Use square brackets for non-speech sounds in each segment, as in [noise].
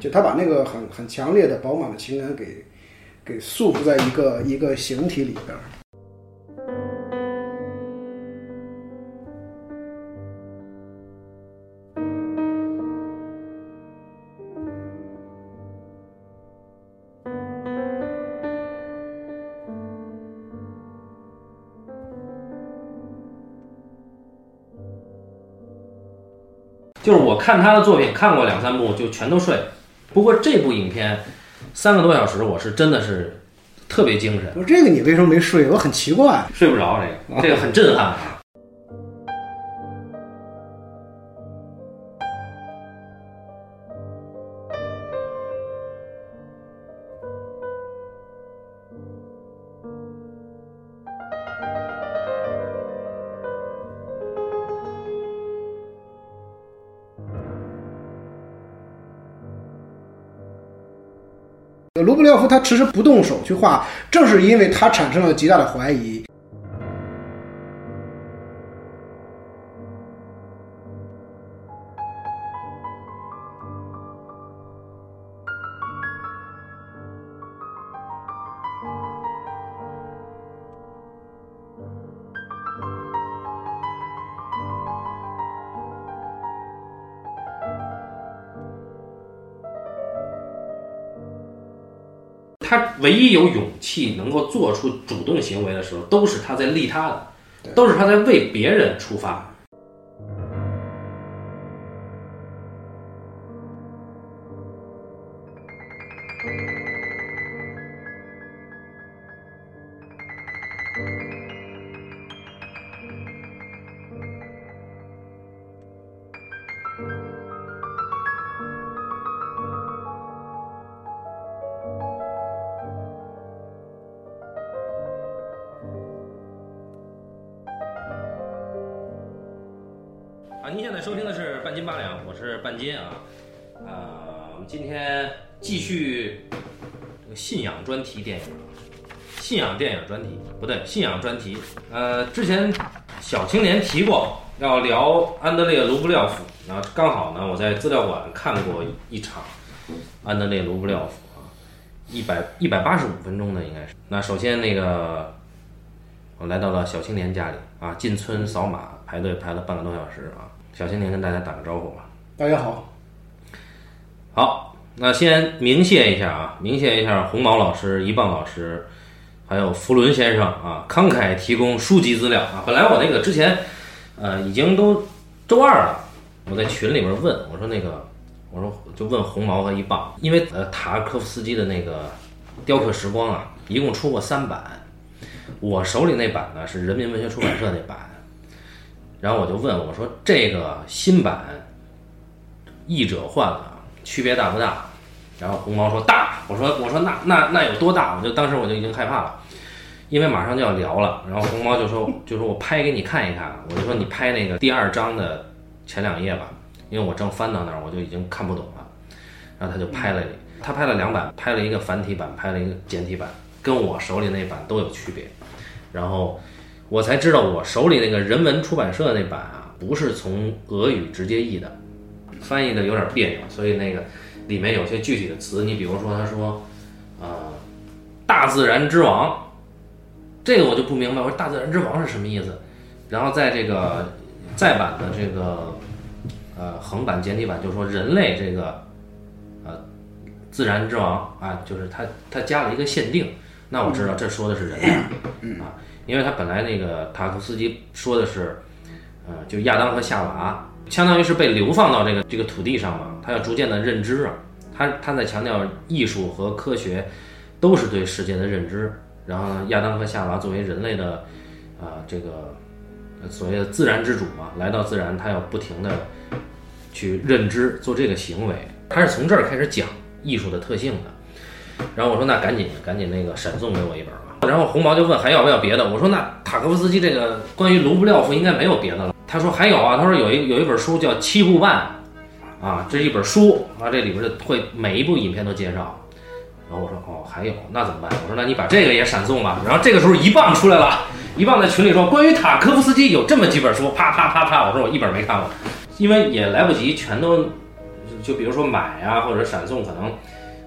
就他把那个很很强烈的饱满的情感给给束缚在一个一个形体里边儿。就是我看他的作品看过两三部，就全都睡。不过这部影片三个多小时，我是真的是特别精神，我说这个你为什么没睡？我很奇怪。睡不着。这个这个很震撼。啊卢布廖夫他迟迟不动手去画，正是因为他产生了极大的怀疑。他唯一有勇气能够做出主动行为的时候，都是他在利他的，都是他在为别人出发。啊，您现在收听的是半斤八两，我是半斤啊。呃，我们今天继续这个信仰专题电影，啊信仰电影专题不对，信仰专题。呃，之前小青年提过要聊安德烈·卢布廖夫，然后刚好呢，我在资料馆看过一场安德烈·卢布廖夫啊，一百一百八十五分钟的应该是。那首先那个我来到了小青年家里啊，进村扫码排队排了半个多小时啊。小青年跟大家打个招呼吧。大家好，好，那先鸣谢一下啊，鸣谢一下红毛老师、一棒老师，还有福伦先生啊，慷慨提供书籍资料啊。本来我那个之前，呃，已经都周二了，我在群里边问我说那个，我说就问红毛和一棒，因为呃塔科夫斯基的那个《雕刻时光》啊，一共出过三版，我手里那版呢是人民文学出版社那版，然后我就问我说这个新版译者换了，区别大不大？然后红毛说大，我说我说那那那有多大？我就当时我就已经害怕了，因为马上就要聊了。然后红毛就说就说我拍给你看一看，我就说你拍那个第二章的前两页吧，因为我正翻到那儿，我就已经看不懂了。然后他就拍了，他拍了两版，拍了一个繁体版，拍了一个简体版，跟我手里那版都有区别。然后我才知道我手里那个人文出版社那版啊，不是从俄语直接译的，翻译的有点别扭，所以那个里面有些具体的词，你比如说他说，呃，大自然之王，这个我就不明白，我说大自然之王是什么意思？然后在这个再版的这个呃横版简体版就说人类这个呃自然之王啊，就是他他加了一个限定，那我知道这说的是人类、啊，因为他本来那个塔科夫斯基说的是，呃，就亚当和夏娃，相当于是被流放到这个这个土地上嘛，他要逐渐的认知啊，他他在强调艺术和科学都是对世界的认知，然后呢亚当和夏娃作为人类的啊、呃这个呃所谓的自然之主嘛，来到自然，他要不停的去认知，做这个行为，他是从这儿开始讲艺术的特性的。然后我说那赶紧赶紧那个闪送给我一本吧。然后红毛就问还要不要别的，我说那塔科夫斯基这个关于卢布廖夫应该没有别的了。他说还有啊，他说有一有一本书叫《七步半》，啊，这是一本书啊，这里边就会每一部影片都介绍。然后我说哦，还有那怎么办？我说那你把这个也闪送吧。然后这个时候一棒出来了，一棒在群里说关于塔科夫斯基有这么几本书，啪啪啪啪。我说我一本没看过，因为也来不及全都，就就比如说买啊或者闪送，可能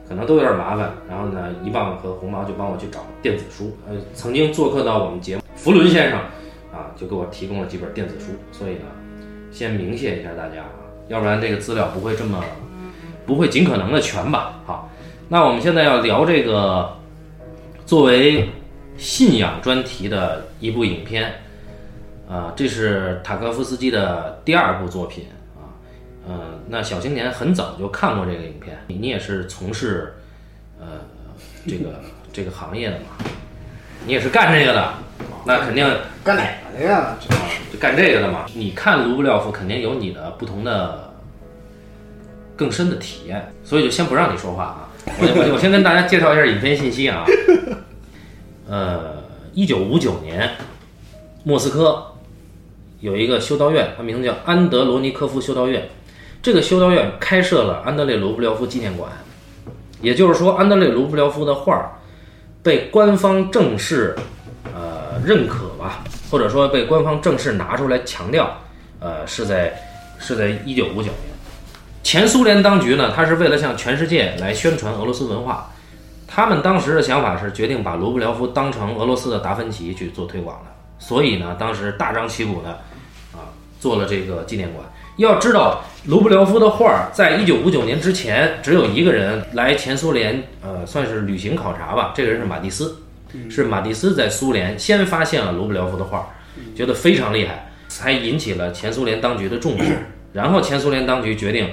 可能都有点麻烦。然后呢，一棒和红毛就帮我去找电子书。呃，曾经做客到我们节目福伦先生啊，就给我提供了几本电子书。所以呢，先明谢一下大家啊，要不然这个资料不会这么不会尽可能的全吧？好。那我们现在要聊这个作为信仰专题的一部影片，啊、这是塔科夫斯基的第二部作品啊，呃，那小青年很早就看过这个影片，你也是从事呃这个这个行业的嘛，你也是干这个的，那肯定干哪个呀？这就干这个的嘛。你看卢布廖夫肯定有你的不同的更深的体验，所以就先不让你说话啊。我我我先跟大家介绍一下影片信息啊。呃，一九五九年，莫斯科有一个修道院，它名字叫安德罗尼科夫修道院。这个修道院开设了安德烈·卢布廖夫纪念馆，也就是说，安德烈·卢布廖夫的画儿被官方正式呃认可吧，或者说被官方正式拿出来强调，呃，是在是在一九五九年。前苏联当局呢，它是为了向全世界来宣传俄罗斯文化，他们当时的想法是决定把卢布廖夫当成俄罗斯的达芬奇去做推广的，所以呢，当时大张旗鼓的啊做了这个纪念馆。要知道，卢布廖夫的画儿在一九五九年之前，只有一个人来前苏联，呃，算是旅行考察吧。这个人是马蒂斯，是马蒂斯在苏联先发现了卢布廖夫的画儿，觉得非常厉害，才引起了前苏联当局的重视。然后前苏联当局决定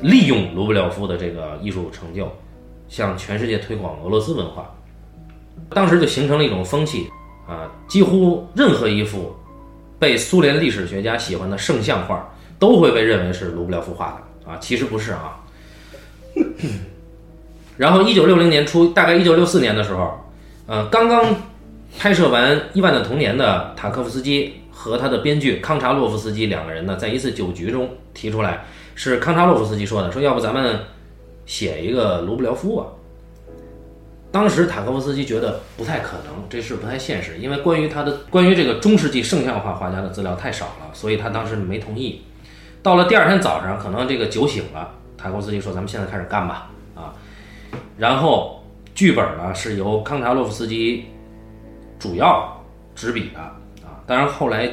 利用卢布廖夫的这个艺术成就，向全世界推广俄罗斯文化。当时就形成了一种风气，啊，几乎任何一幅被苏联历史学家喜欢的圣像画，都会被认为是卢布廖夫画的啊，其实不是啊。然后，一九六零年初，大概一九六四年的时候，呃，刚刚拍摄完《伊万的童年》的塔科夫斯基和他的编剧康察洛夫斯基两个人呢，在一次酒局中提出来，是康察洛夫斯基说的，说要不咱们写一个卢布廖夫吧。啊当时塔科夫斯基觉得不太可能，这事不太现实，因为关于他的关于这个中世纪圣像画画家的资料太少了，所以他当时没同意。到了第二天早上，可能这个酒醒了，塔科夫斯基说：“咱们现在开始干吧。”啊，然后剧本呢是由康察洛夫斯基主要执笔的啊，当然后来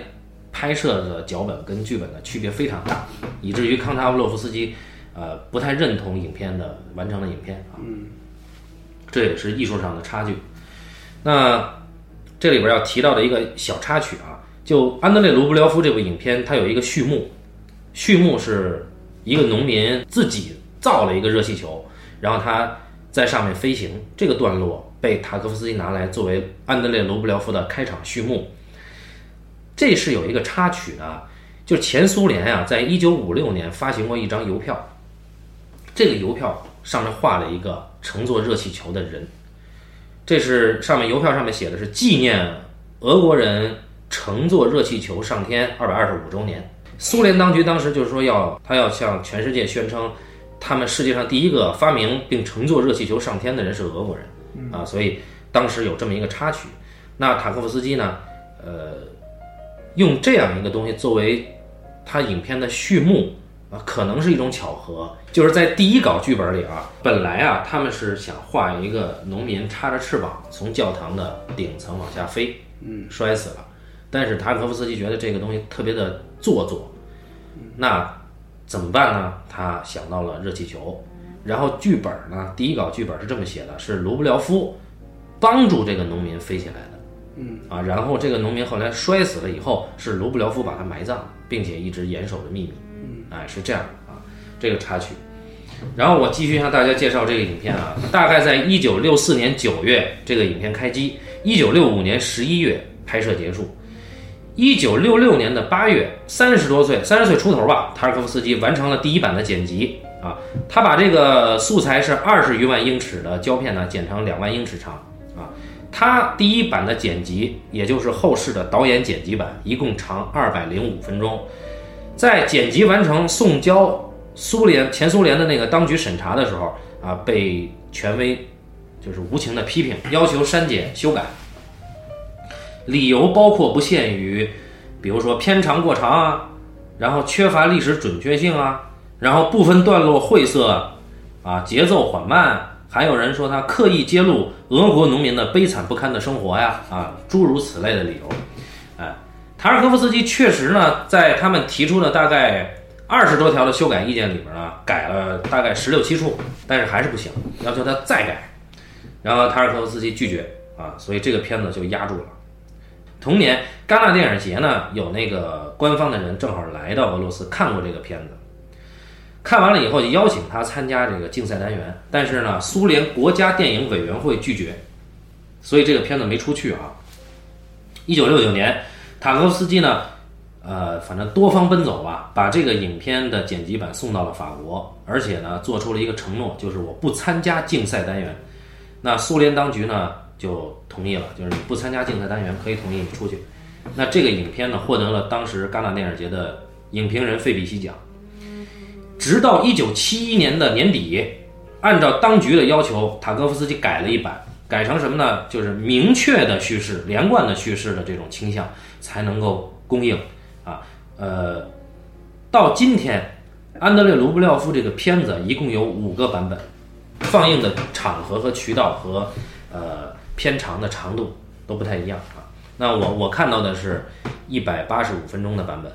拍摄的脚本跟剧本的区别非常大，以至于康察洛夫斯基呃不太认同影片的完成的影片啊，这也是艺术上的差距。那这里边要提到的一个小插曲啊，就安德烈·卢布廖夫这部影片，它有一个序幕，序幕是一个农民自己造了一个热气球，然后他在上面飞行。这个段落被塔科夫斯基拿来作为安德烈·卢布廖夫的开场序幕。这是有一个插曲的，啊就前苏联啊，在一九五六年发行过一张邮票，这个邮票上面画了一个乘坐热气球的人，这是上面邮票上面写的是纪念俄国人乘坐热气球上天二百二十五周年。苏联当局当时就是说要他要向全世界宣称，他们世界上第一个发明并乘坐热气球上天的人是俄国人啊，所以当时有这么一个插曲。那塔科夫斯基呢，呃，用这样一个东西作为他影片的序幕啊，可能是一种巧合，就是在第一稿剧本里啊，本来啊他们是想画一个农民插着翅膀从教堂的顶层往下飞，嗯，摔死了，但是塔可夫斯基觉得这个东西特别的做作，那怎么办呢？他想到了热气球，然后剧本呢，第一稿剧本是这么写的，是卢布廖夫帮助这个农民飞起来的。啊，然后这个农民后来摔死了以后，是卢布廖夫把他埋葬，并且一直严守着秘密。哎，是这样的啊，这个插曲。然后我继续向大家介绍这个影片啊，大概在一九六四年九月，这个影片开机，一九六五年十一月拍摄结束，一九六六年的八月，三十多岁，三十岁出头吧，塔尔科夫斯基完成了第一版的剪辑啊。他把这个素材是二十余万英尺的胶片呢，剪成两万英尺长啊。他第一版的剪辑，也就是后世的导演剪辑版，一共长二百零五分钟。在剪辑完成送交苏联前苏联的那个当局审查的时候啊，被权威就是无情的批评，要求删减修改。理由包括不限于，比如说片长过长啊，然后缺乏历史准确性啊，然后部分段落晦涩啊啊，节奏缓慢，还有人说他刻意揭露俄国农民的悲惨不堪的生活呀啊，诸如此类的理由。哎，塔尔科夫斯基确实呢，在他们提出的大概二十多条的修改意见里边呢，改了大概十六七处，但是还是不行，要求他再改。然后塔尔科夫斯基拒绝啊，所以这个片子就压住了。同年，戛纳电影节呢有那个官方的人正好来到俄罗斯看过这个片子，看完了以后就邀请他参加这个竞赛单元，但是呢，苏联国家电影委员会拒绝，所以这个片子没出去啊。一九六九年，塔科夫斯基呢，呃，反正多方奔走吧，把这个影片的剪辑版送到了法国，而且呢，做出了一个承诺，就是我不参加竞赛单元。那苏联当局呢就同意了，就是你不参加竞赛单元可以同意你出去。那这个影片呢获得了当时戛纳电影节的影评人费比西奖。直到一九七一年的年底，按照当局的要求，塔科夫斯基改了一版，改成什么呢？就是明确的叙事、连贯的叙事的这种倾向才能够供应啊。呃，到今天，安德烈·卢布廖夫这个片子一共有五个版本。放映的场合和渠道和呃片长的长度都不太一样啊。那我我看到的是一百八十五分钟的版本，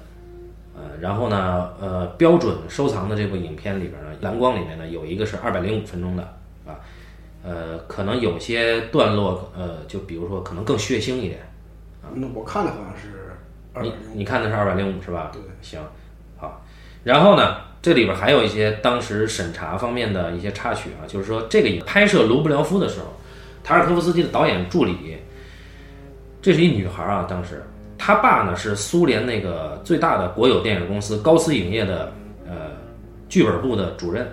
呃，然后呢，呃，标准收藏的这部影片里边呢，蓝光里面呢有一个是二百零五分钟的啊，呃，可能有些段落呃，就比如说可能更血腥一点，那嗯我看的好像是二百你零你看的是二百零五是吧？对行，好。然后呢，这里边还有一些当时审查方面的一些插曲啊，就是说这个影拍摄卢布廖夫的时候，塔尔科夫斯基的导演助理，这是一女孩啊，当时她爸呢是苏联那个最大的国有电影公司高斯影业的呃剧本部的主任，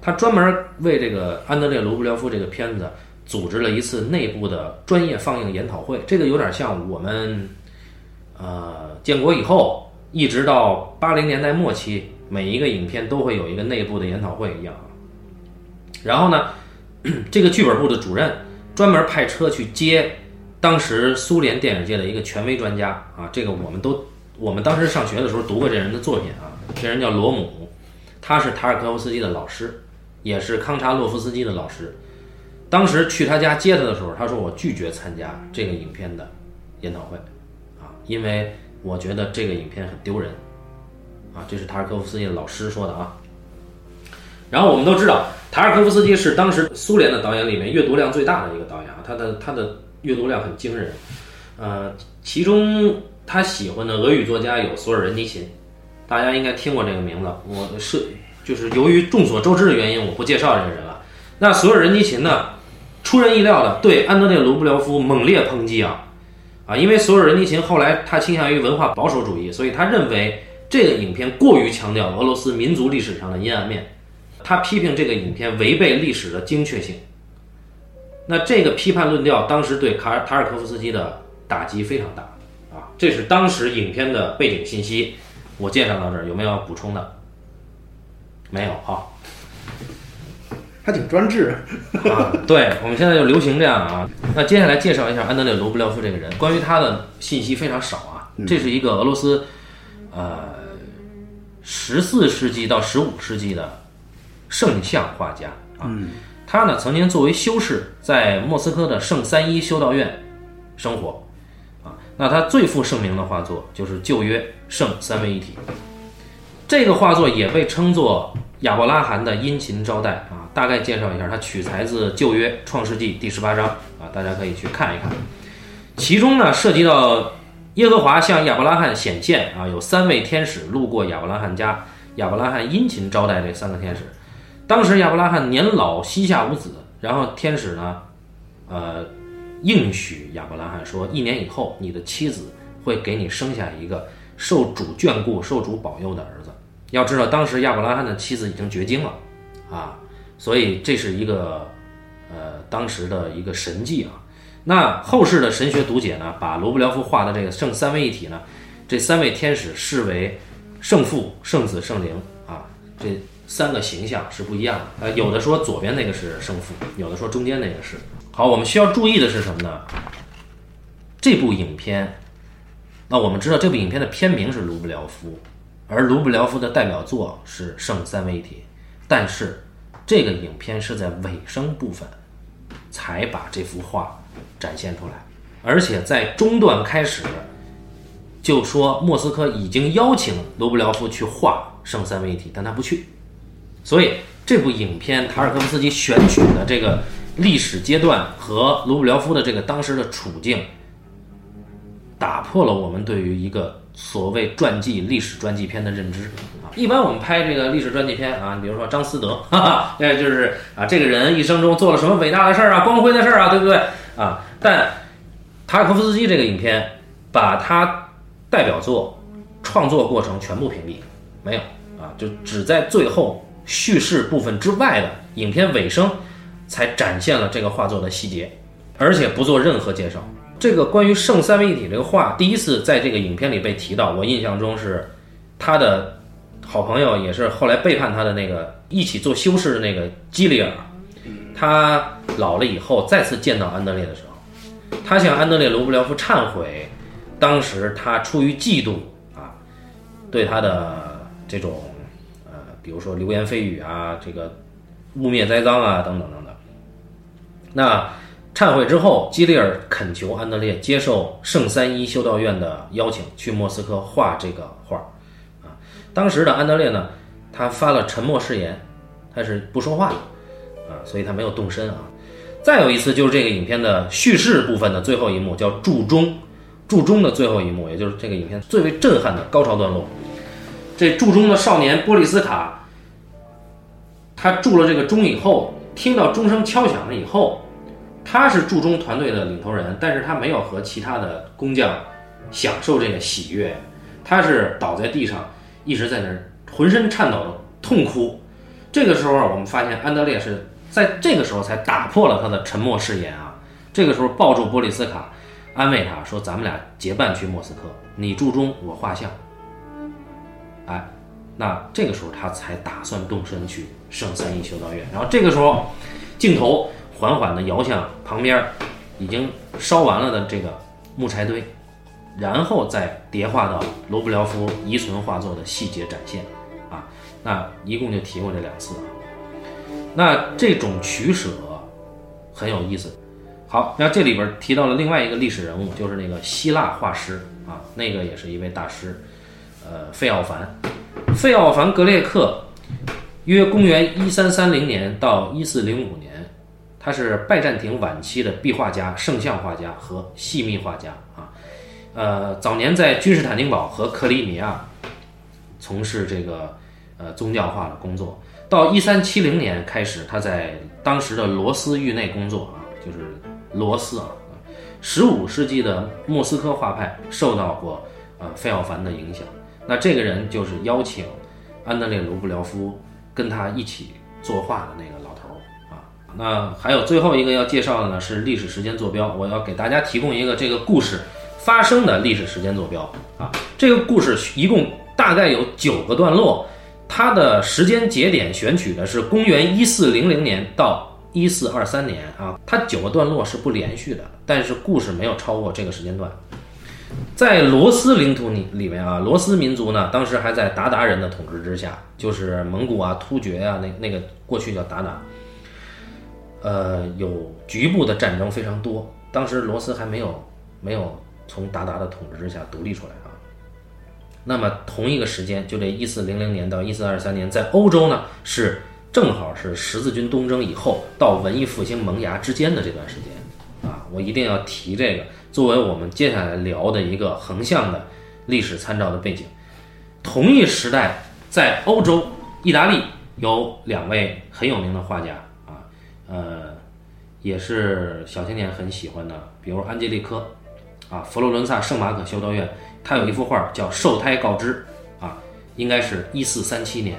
他专门为这个安德烈·卢布廖夫这个片子组织了一次内部的专业放映研讨会，这个有点像我们呃，建国以后一直到八零年代末期，每一个影片都会有一个内部的研讨会一样啊。然后呢， [clears throat] 这个剧本部的主任专门派车去接当时苏联电影界的一个权威专家啊，这个我们都我们当时上学的时候读过这人的作品啊，这人叫罗姆，他是塔尔科夫斯基的老师，也是康查洛夫斯基的老师。当时去他家接他的时候，他说我拒绝参加这个影片的研讨会。啊，因为我觉得这个影片很丢人，啊，这是塔尔科夫斯基的老师说的啊。然后我们都知道，塔尔科夫斯基是当时苏联的导演里面阅读量最大的一个导演啊，他的他的阅读量很惊人，呃，其中他喜欢的俄语作家有索尔仁尼琴，大家应该听过这个名字，我是就是由于众所周知的原因，我不介绍这个人了。那索尔仁尼琴呢，出人意料的对安德烈·卢布廖夫猛烈抨击啊，啊，因为索尔仁尼琴后来他倾向于文化保守主义，所以他认为这个影片过于强调俄罗斯民族历史上的阴暗面，他批评这个影片违背历史的精确性。那这个批判论调当时对卡尔塔尔科夫斯基的打击非常大啊，这是当时影片的背景信息。我介绍到这儿，有没有要补充的？没有哈。五，还挺专制。啊， [laughs] 对，我们现在就流行这样啊。那接下来介绍一下安德烈·罗布廖夫这个人，关于他的信息非常少啊。这是一个俄罗斯，呃，十四世纪到十五世纪的圣像画家啊。他呢曾经作为修士在莫斯科的圣三一修道院生活啊。那他最负盛名的画作就是《旧约圣三位一体》。这个画作也被称作亚伯拉罕的殷勤招待啊。大概介绍一下，它取材自旧约创世纪第十八章啊，大家可以去看一看。其中呢，涉及到耶和华向亚伯拉罕显现啊，有三位天使路过亚伯拉罕家，亚伯拉罕殷勤招待这三个天使。当时亚伯拉罕年老膝下无子，然后天使呢，呃，应许亚伯拉罕说，一年以后你的妻子会会给你生下一个受主眷顾、受主保佑的儿子。要知道，当时亚伯拉罕的妻子已经绝经了，啊，所以这是一个呃当时的一个神迹啊。那后世的神学读解呢，把罗布廖夫画的这个圣三位一体呢，这三位天使视为圣父、圣子、圣灵啊，这三个形象是不一样的。呃，有的说左边那个是圣父，有的说中间那个是。好，我们需要注意的是什么呢？这部影片，那我们知道这部影片的片名是《卢布廖夫》，而卢布廖夫的代表作是《圣三位一体》，但是这个影片是在尾声部分才把这幅画展现出来，而且在中段开始就说莫斯科已经邀请卢布廖夫去画《圣三位一体》，但他不去，所以这部影片塔尔科夫斯基选取的这个历史阶段和卢布廖夫的这个当时的处境。打破了我们对于一个所谓传记、历史传记片的认知啊。一般我们拍这个历史传记片啊，比如说张思德，哈哈，那就是啊，这个人一生中做了什么伟大的事儿啊、光辉的事儿啊，对不对啊？但塔可夫斯基这个影片把他代表作、创作过程全部屏蔽，没有啊，就只在最后叙事部分之外的影片尾声才展现了这个画作的细节，而且不做任何介绍。这个关于圣三位一体这个话，第一次在这个影片里被提到，我印象中是他的好朋友，也是后来背叛他的那个一起做修士的那个基里尔，他老了以后再次见到安德烈的时候，他向安德烈·罗布廖夫忏悔，当时他出于嫉妒啊，对他的这种呃，比如说流言蜚语啊，这个污蔑栽赃啊，等等等等，那。忏悔之后，基利尔恳求安德烈接受圣三一修道院的邀请，去莫斯科画这个画儿。啊，当时的安德烈呢，他发了沉默誓言，他是不说话的，啊，所以他没有动身啊。再有一次就是这个影片的叙事部分的最后一幕，叫注中，注中的最后一幕，也就是这个影片最为震撼的高潮段落。这注中的少年波利斯卡，他注了这个钟以后，听到钟声敲响了以后。他是驻中团队的领头人，但是他没有和其他的工匠享受这个喜悦，他是倒在地上，一直在那儿浑身颤抖的痛哭。这个时候，啊我们发现安德烈是在这个时候才打破了他的沉默誓言啊！这个时候抱住波利斯卡，安慰他说：“咱们俩结伴去莫斯科，你驻中，我画像。”哎，那这个时候他才打算动身去圣三一修道院。然后这个时候，镜头。缓缓地摇向旁边已经烧完了的这个木柴堆，然后再叠化到罗布廖夫遗存画作的细节展现。啊，那一共就提过这两次啊。那这种取舍很有意思。好，那这里边提到了另外一个历史人物，就是那个希腊画师啊，那个也是一位大师，呃，费奥凡。费奥凡格列克约公元一三三零年到一四零五年。他是拜占庭晚期的壁画家、圣像画家和细密画家啊，呃，早年在君士坦丁堡和克里米亚从事这个呃宗教化的工作。到一三七零年开始，他在当时的罗斯域内工作啊，就是罗斯啊。十五世纪的莫斯科画派受到过呃费奥凡的影响。那这个人就是邀请安德烈·卢布廖夫跟他一起作画的那个老头。啊那还有最后一个要介绍的呢，是历史时间坐标。我要给大家提供一个这个故事发生的历史时间坐标啊。这个故事一共大概有九个段落，它的时间节点选取的是公元一四零零年到一四二三年啊。它九个段落是不连续的，但是故事没有超过这个时间段。在罗斯领土里里面啊，罗斯民族呢，当时还在鞑靼人的统治之下，就是蒙古啊、突厥啊，那那个过去叫鞑靼。呃，有局部的战争非常多。当时罗斯还没有没有从鞑靼的统治之下独立出来啊。那么同一个时间，就这一四零零年到一四二三年，在欧洲呢是正好是十字军东征以后到文艺复兴萌芽之间的这段时间啊。我一定要提这个，作为我们接下来聊的一个横向的历史参照的背景。同一时代，在欧洲意大利有两位很有名的画家。啊呃，也是小青年很喜欢的，比如安吉丽科，啊，佛罗伦萨圣马可修道院，他有一幅画叫《受胎告知》，啊，应该是一四三七年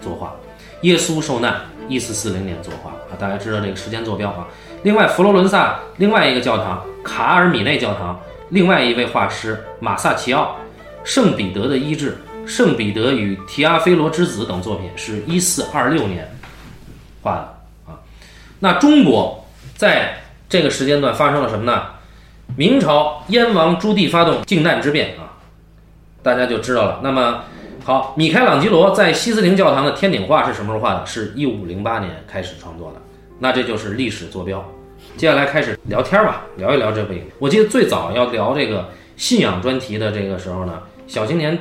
作画，耶稣受难一四四零年作画啊，大家知道这个时间坐标啊。另外，佛罗伦萨另外一个教堂卡尔米内教堂，另外一位画师马萨奇奥，《圣彼得的医治》《圣彼得与提阿菲罗之子》等作品是一四二六年画的啊。那中国在这个时间段发生了什么呢？明朝燕王朱棣发动靖难之变啊，大家就知道了。那么好，米开朗基罗在西斯廷教堂的天顶画是什么时候画的？是一五零八年开始创作的，那这就是历史坐标。接下来开始聊天吧，聊一聊这部影片。我记得最早要聊这个信仰专题的这个时候呢，小青年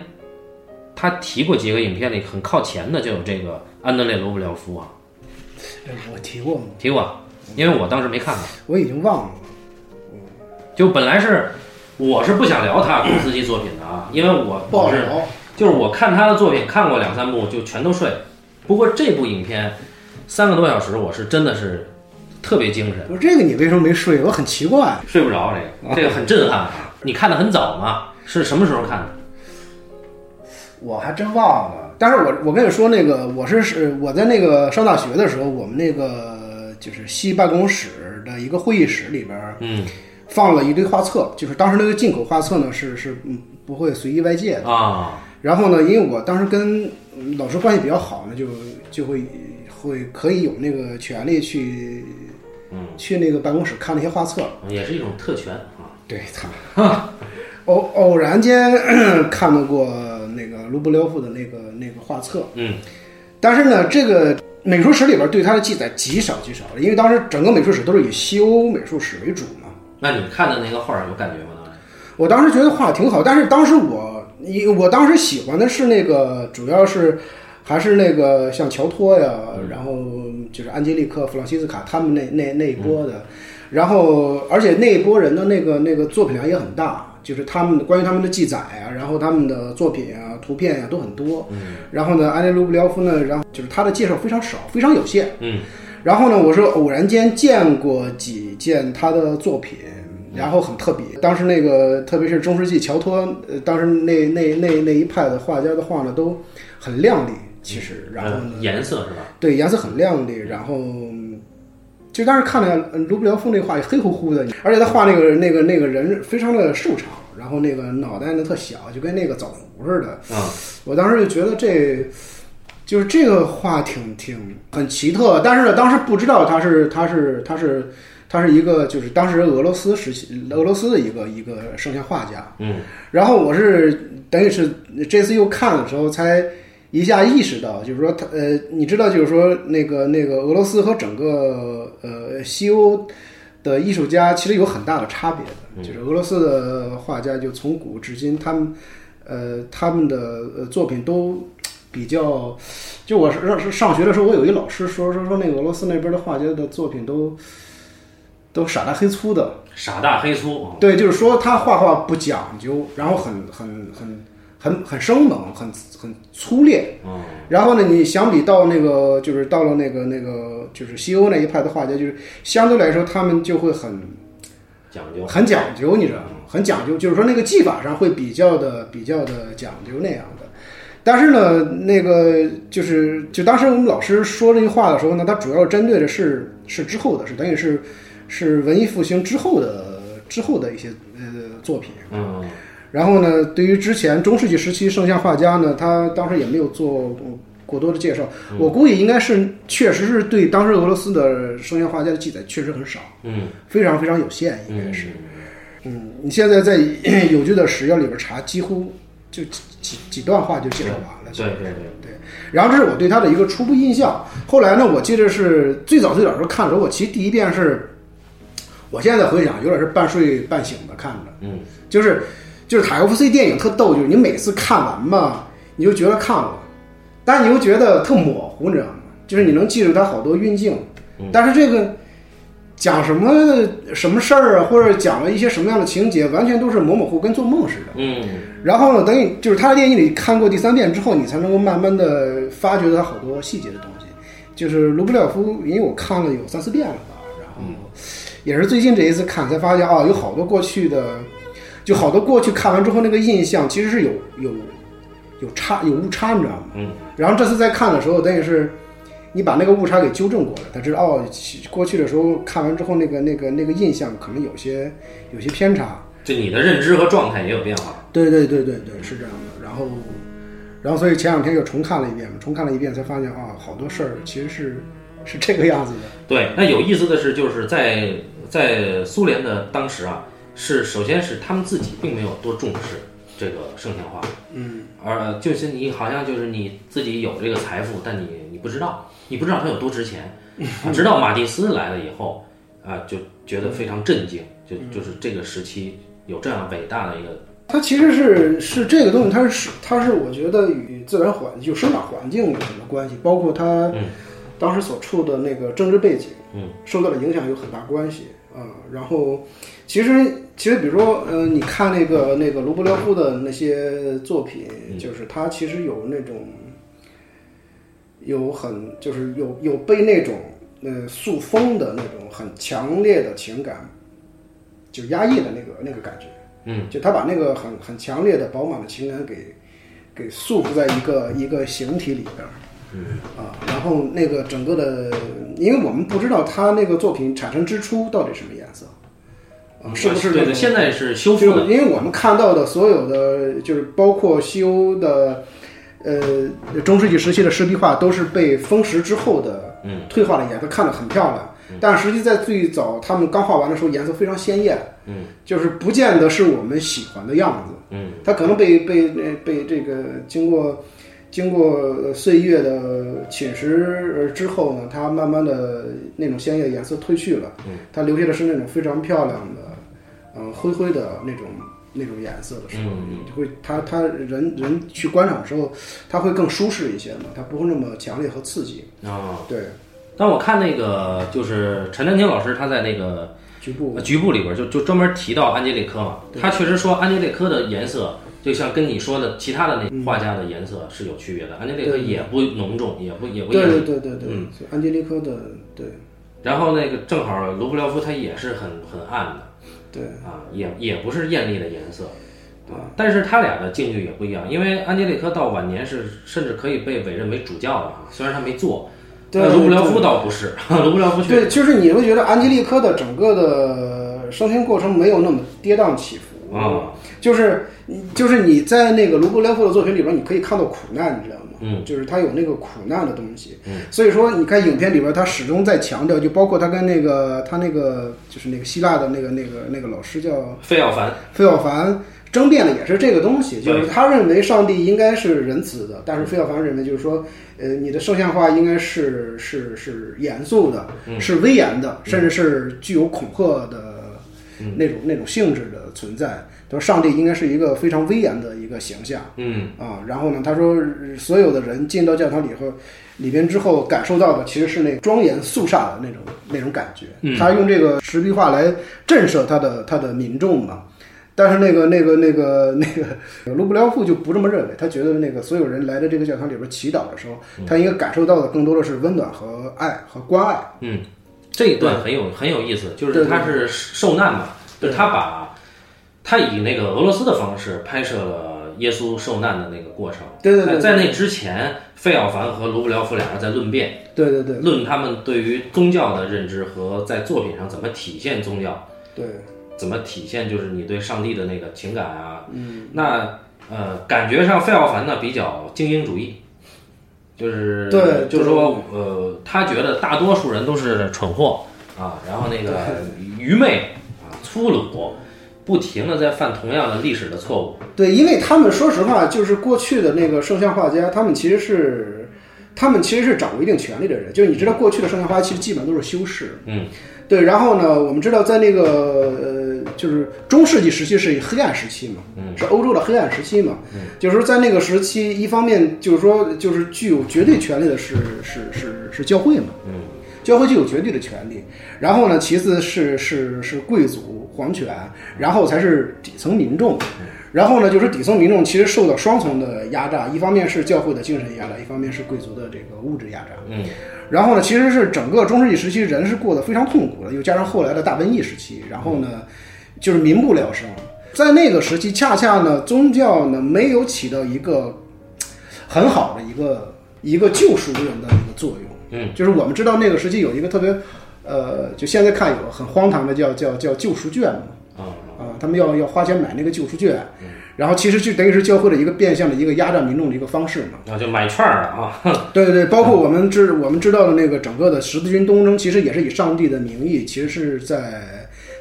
他提过几个影片里很靠前的，就有这个安德烈·罗布廖夫啊，哎我提过吗？提过啊，因为我当时没看过。我已经忘了。就本来是我是不想聊他古斯基作品的啊，因为我不好是聊，就是我看他的作品看过两三部就全都睡了。不过这部影片三个多小时，我是真的是特别精神，我说这个你为什么没睡？我很奇怪。睡不着。这个这个很 [laughs] 震撼。你看的很早嘛？是什么时候看的？我还真忘了。但是我我跟你说，那个我是是我在那个上大学的时候，我们那个就是系办公室的一个会议室里边儿嗯放了一堆画册，就是当时那个进口画册呢是是嗯不会随意外借的。啊然后呢，因为我当时跟嗯老师关系比较好呢，就就会会可以有那个权利去嗯，去那个办公室看那些画册。也是一种特权啊。对，操，偶偶然间 [clears throat] 看到过那个卢布廖夫的那个那个画册，嗯但是呢，这个美术史里边对他的记载极少极少，因为当时整个美术史都是以西欧美术史为主嘛。那你看的那个画儿有感觉吗？当时我当时觉得画得挺好，但是当时我，因我当时喜欢的是那个，主要是还是那个像乔托呀，然后就是安吉丽克·弗朗西斯卡他们那那那一波的，然后而且那一波人的那个那个作品量也很大，就是他们关于他们的记载啊，然后他们的作品啊、图片呀、都很多。然后呢，安列卢布廖夫呢，然后就是他的介绍非常少，非常有限。嗯然后呢，我是偶然间见过几件他的作品，然后很特别。当时那个，特别是中世纪乔托，呃，当时那那那那一派的画家的画呢，都很亮丽，其实。然后呢，呃颜色是吧？对颜色很亮丽，然后。嗯就当时看了呃卢布廖夫那画也黑乎乎的，而且他画那个那个那个人非常的瘦长，然后那个脑袋呢特小，就跟那个枣核似的。啊我当时就觉得这，就是这个画挺挺很奇特，但是呢，当时不知道它是它是它是它是一个就是当时俄罗斯时期俄罗斯的一个一个圣像画家，嗯然后我是等于是这次又看的时候才一下意识到，就是说他呃，你知道就是说那个那个俄罗斯和整个呃西欧的艺术家其实有很大的差别的，就是俄罗斯的画家就从古至今，他们呃他们的呃作品都。比较，就我是上学的时候，我有一老师说说说那个俄罗斯那边的画家的作品都都傻大黑粗的，傻大黑粗啊。对，就是说他画画不讲究，然后很很很很很生猛，很很粗劣。嗯然后呢，你相比到那个，就是到了那个那个，就是西欧那一派的画家，就是相对来说，他们就会很讲究。很讲究，你知道吗？很讲究，就是说那个技法上会比较的比较的讲究那样的。但是呢，那个就是就当时我们老师说这句话的时候呢，他主要针对的是是之后的，是等于是是文艺复兴之后的之后的一些呃作品。嗯然后呢，对于之前中世纪时期圣像画家呢，他当时也没有做过过多的介绍。我估计应该是确实是对当时俄罗斯的圣像画家的记载确实很少，嗯非常非常有限，应该嗯是。嗯，你现在在 [clears throat] 有趣的史料里边查，几乎就几几几段话就介绍完了。嗯对对对，然后这是我对他的一个初步印象。后来呢，我记得是最早最早时候看的时候，我其实第一遍是，我现在回想有点是半睡半醒的看着，嗯就是就是塔科夫斯基电影特逗，就是你每次看完吧，你就觉得看了，但你又觉得特模糊，你知道吗？就是你能记住他好多运镜，但是这个。讲什么什么事儿啊，或者讲了一些什么样的情节，完全都是模模糊糊，跟做梦似的。嗯。然后呢，等你就是他的电影你看过第三遍之后，你才能够慢慢的发掘到好多细节的东西。就是卢布廖夫，因为我看了有哦三四遍了吧，然后也是最近这一次看才发现啊，有好多过去的就好多过去看完之后那个印象其实是有有有差有误差，你知道吗？嗯。然后这次再看的时候，等于是你把那个误差给纠正过来，他知道哦，其过去的时候看完之后那个那个那个印象可能有些有些偏差。就你的认知和状态也有变化。对对对对对，是这样的。然后，然后所以前两天又重看了一遍嘛，重看了一遍才发现啊，好多事儿其实是是这个样子的。对，那有意思的是，就是在在苏联的当时啊，是首先是他们自己并没有多重视这个圣贤化，嗯，而就是你好像就是你自己有这个财富，但你你不知道，你不知道它有多 [laughs] 值钱，啊，直到马蒂斯来了以后，啊，就觉得非常震惊，就嗯就是这个时期有这样伟大的一个，它其实是是这个东西，它是它是我觉得与自然环就生长环境有很多关系，包括它嗯当时所处的那个政治背景，嗯，受到的影响有很大关系啊、然后其实其实比如说，呃，你看那个那个卢布廖夫的那些作品，嗯就是他其实有那种有很就是有有被那种呃塑封的那种很强烈的情感，就压抑的那个那个感觉。嗯，就他把那个很很强烈的饱满的情感给给束缚在一个一个形体里边儿，嗯啊，然后那个整个的，因为我们不知道他那个作品产生之初到底什么颜色，啊，是不是对那对，种现在是修复就的，是因为我们看到的所有的，就是包括西欧的，呃，中世纪时期的石壁画，都是被风蚀之后的嗯退化的颜色，看着很漂亮。但实际在最早他们刚画完的时候，颜色非常鲜艳，嗯，就是不见得是我们喜欢的样子。嗯，它可能被被被被这个经过经过呃岁月的侵蚀呃之后呢，它慢慢的那种鲜艳的颜色褪去了，嗯它留下的是那种非常漂亮的，嗯、灰灰的那种那种颜色的时候，嗯就会它它人人去观赏的时候，它会更舒适一些嘛，它不会那么强烈和刺激。啊。对，但我看那个就是陈丹青老师他在那个局部呃局部里边就就专门提到安吉列科嘛，他确实说安吉列科的颜色就像跟你说的其他的那画家的颜色是有区别的，安吉列科嗯对也不浓重，也不也不对艳丽。对对对对，嗯所以安吉丽科的对然后那个正好卢布廖夫他也是很很暗的对啊，也也不是艳丽的颜色。啊，但是他俩的境遇也不一样，因为安吉列科到晚年是甚至可以被委任为主教的啊，虽然他没做。对那卢布廖夫倒不是， [laughs] 卢布廖夫确对，就是你会觉得安吉丽科的整个的生平过程没有那么跌宕起伏啊，就是就是你在那个卢布廖夫的作品里边，你可以看到苦难，你知道吗？嗯，就是他有那个苦难的东西。嗯，所以说你看影片里边，他始终在强调，就包括他跟那个他那个就是那个希腊的那个那个那个老师叫费奥凡费奥凡争辩的也是这个东西，对就是他认为上帝应该是仁慈的，但是费奥凡认为就是说，呃，你的圣像画应该是是是严肃的，是威严的，甚至是具有恐吓的那种那种性质的存在。他说上帝应该是一个非常威严的一个形象。嗯，啊，然后呢，他说呃所有的人进到教堂里后，里边之后感受到的其实是那庄严肃杀的那种那种感觉。他用这个石壁画来震慑他的他的民众嘛。但是那个那个那个那个卢布廖夫就不这么认为，他觉得那个所有人来到这个教堂里边祈祷的时候，他应该感受到的更多的是温暖和爱和关爱。嗯，这一段很有很有意思，就对对是他是受难嘛，就对是他把他以那个俄罗斯的方式拍摄了耶稣受难的那个过程。对对对在在那之前，费奥凡和卢布廖夫俩人在论辩，对对对论他们对于宗教的认知和在作品上怎么体现宗教，对，怎么体现就是你对上帝的那个情感啊。嗯，那呃，感觉上费奥凡呢比较精英主义。就是对就对是说，呃，他觉得大多数人都是蠢货啊，然后那个愚昧啊、粗鲁，不停的在犯同样的历史的错误。对，因为他们说实话，就是过去的那个圣像画家，他们其实是，他们其实是掌握一定权力的人。就是你知道，过去的圣像画家其实基本都是修士。嗯，对。然后呢，我们知道，在那个呃，就是中世纪时期是黑暗时期嘛，是欧洲的黑暗时期嘛。就是说，在那个时期，一方面就是说，就是具有绝对权力的是是是是教会嘛。教会就有绝对的权利。然后呢，其次是是是贵族皇权，然后才是底层民众。然后呢，就是底层民众其实受到双重的压榨，一方面是教会的精神压榨，一方面是贵族的这个物质压榨。嗯，然后呢，其实是整个中世纪时期人是过得非常痛苦的，又加上后来的大瘟疫时期，然后呢，就是民不聊生。在那个时期，恰恰呢，宗教呢没有起到一个很好的一个一个救赎人的一个作用。嗯，就是我们知道那个时期有一个特别，呃，就现在看有很荒唐的叫叫叫救赎券嘛，啊，啊、他们要要花钱买那个救赎券，然后其实就等于是教会的一个变相的一个压榨民众的一个方式嘛。那就买券儿了啊，对对，包括我们知我们知道的那个整个的十字军东征，其实也是以上帝的名义，其实是在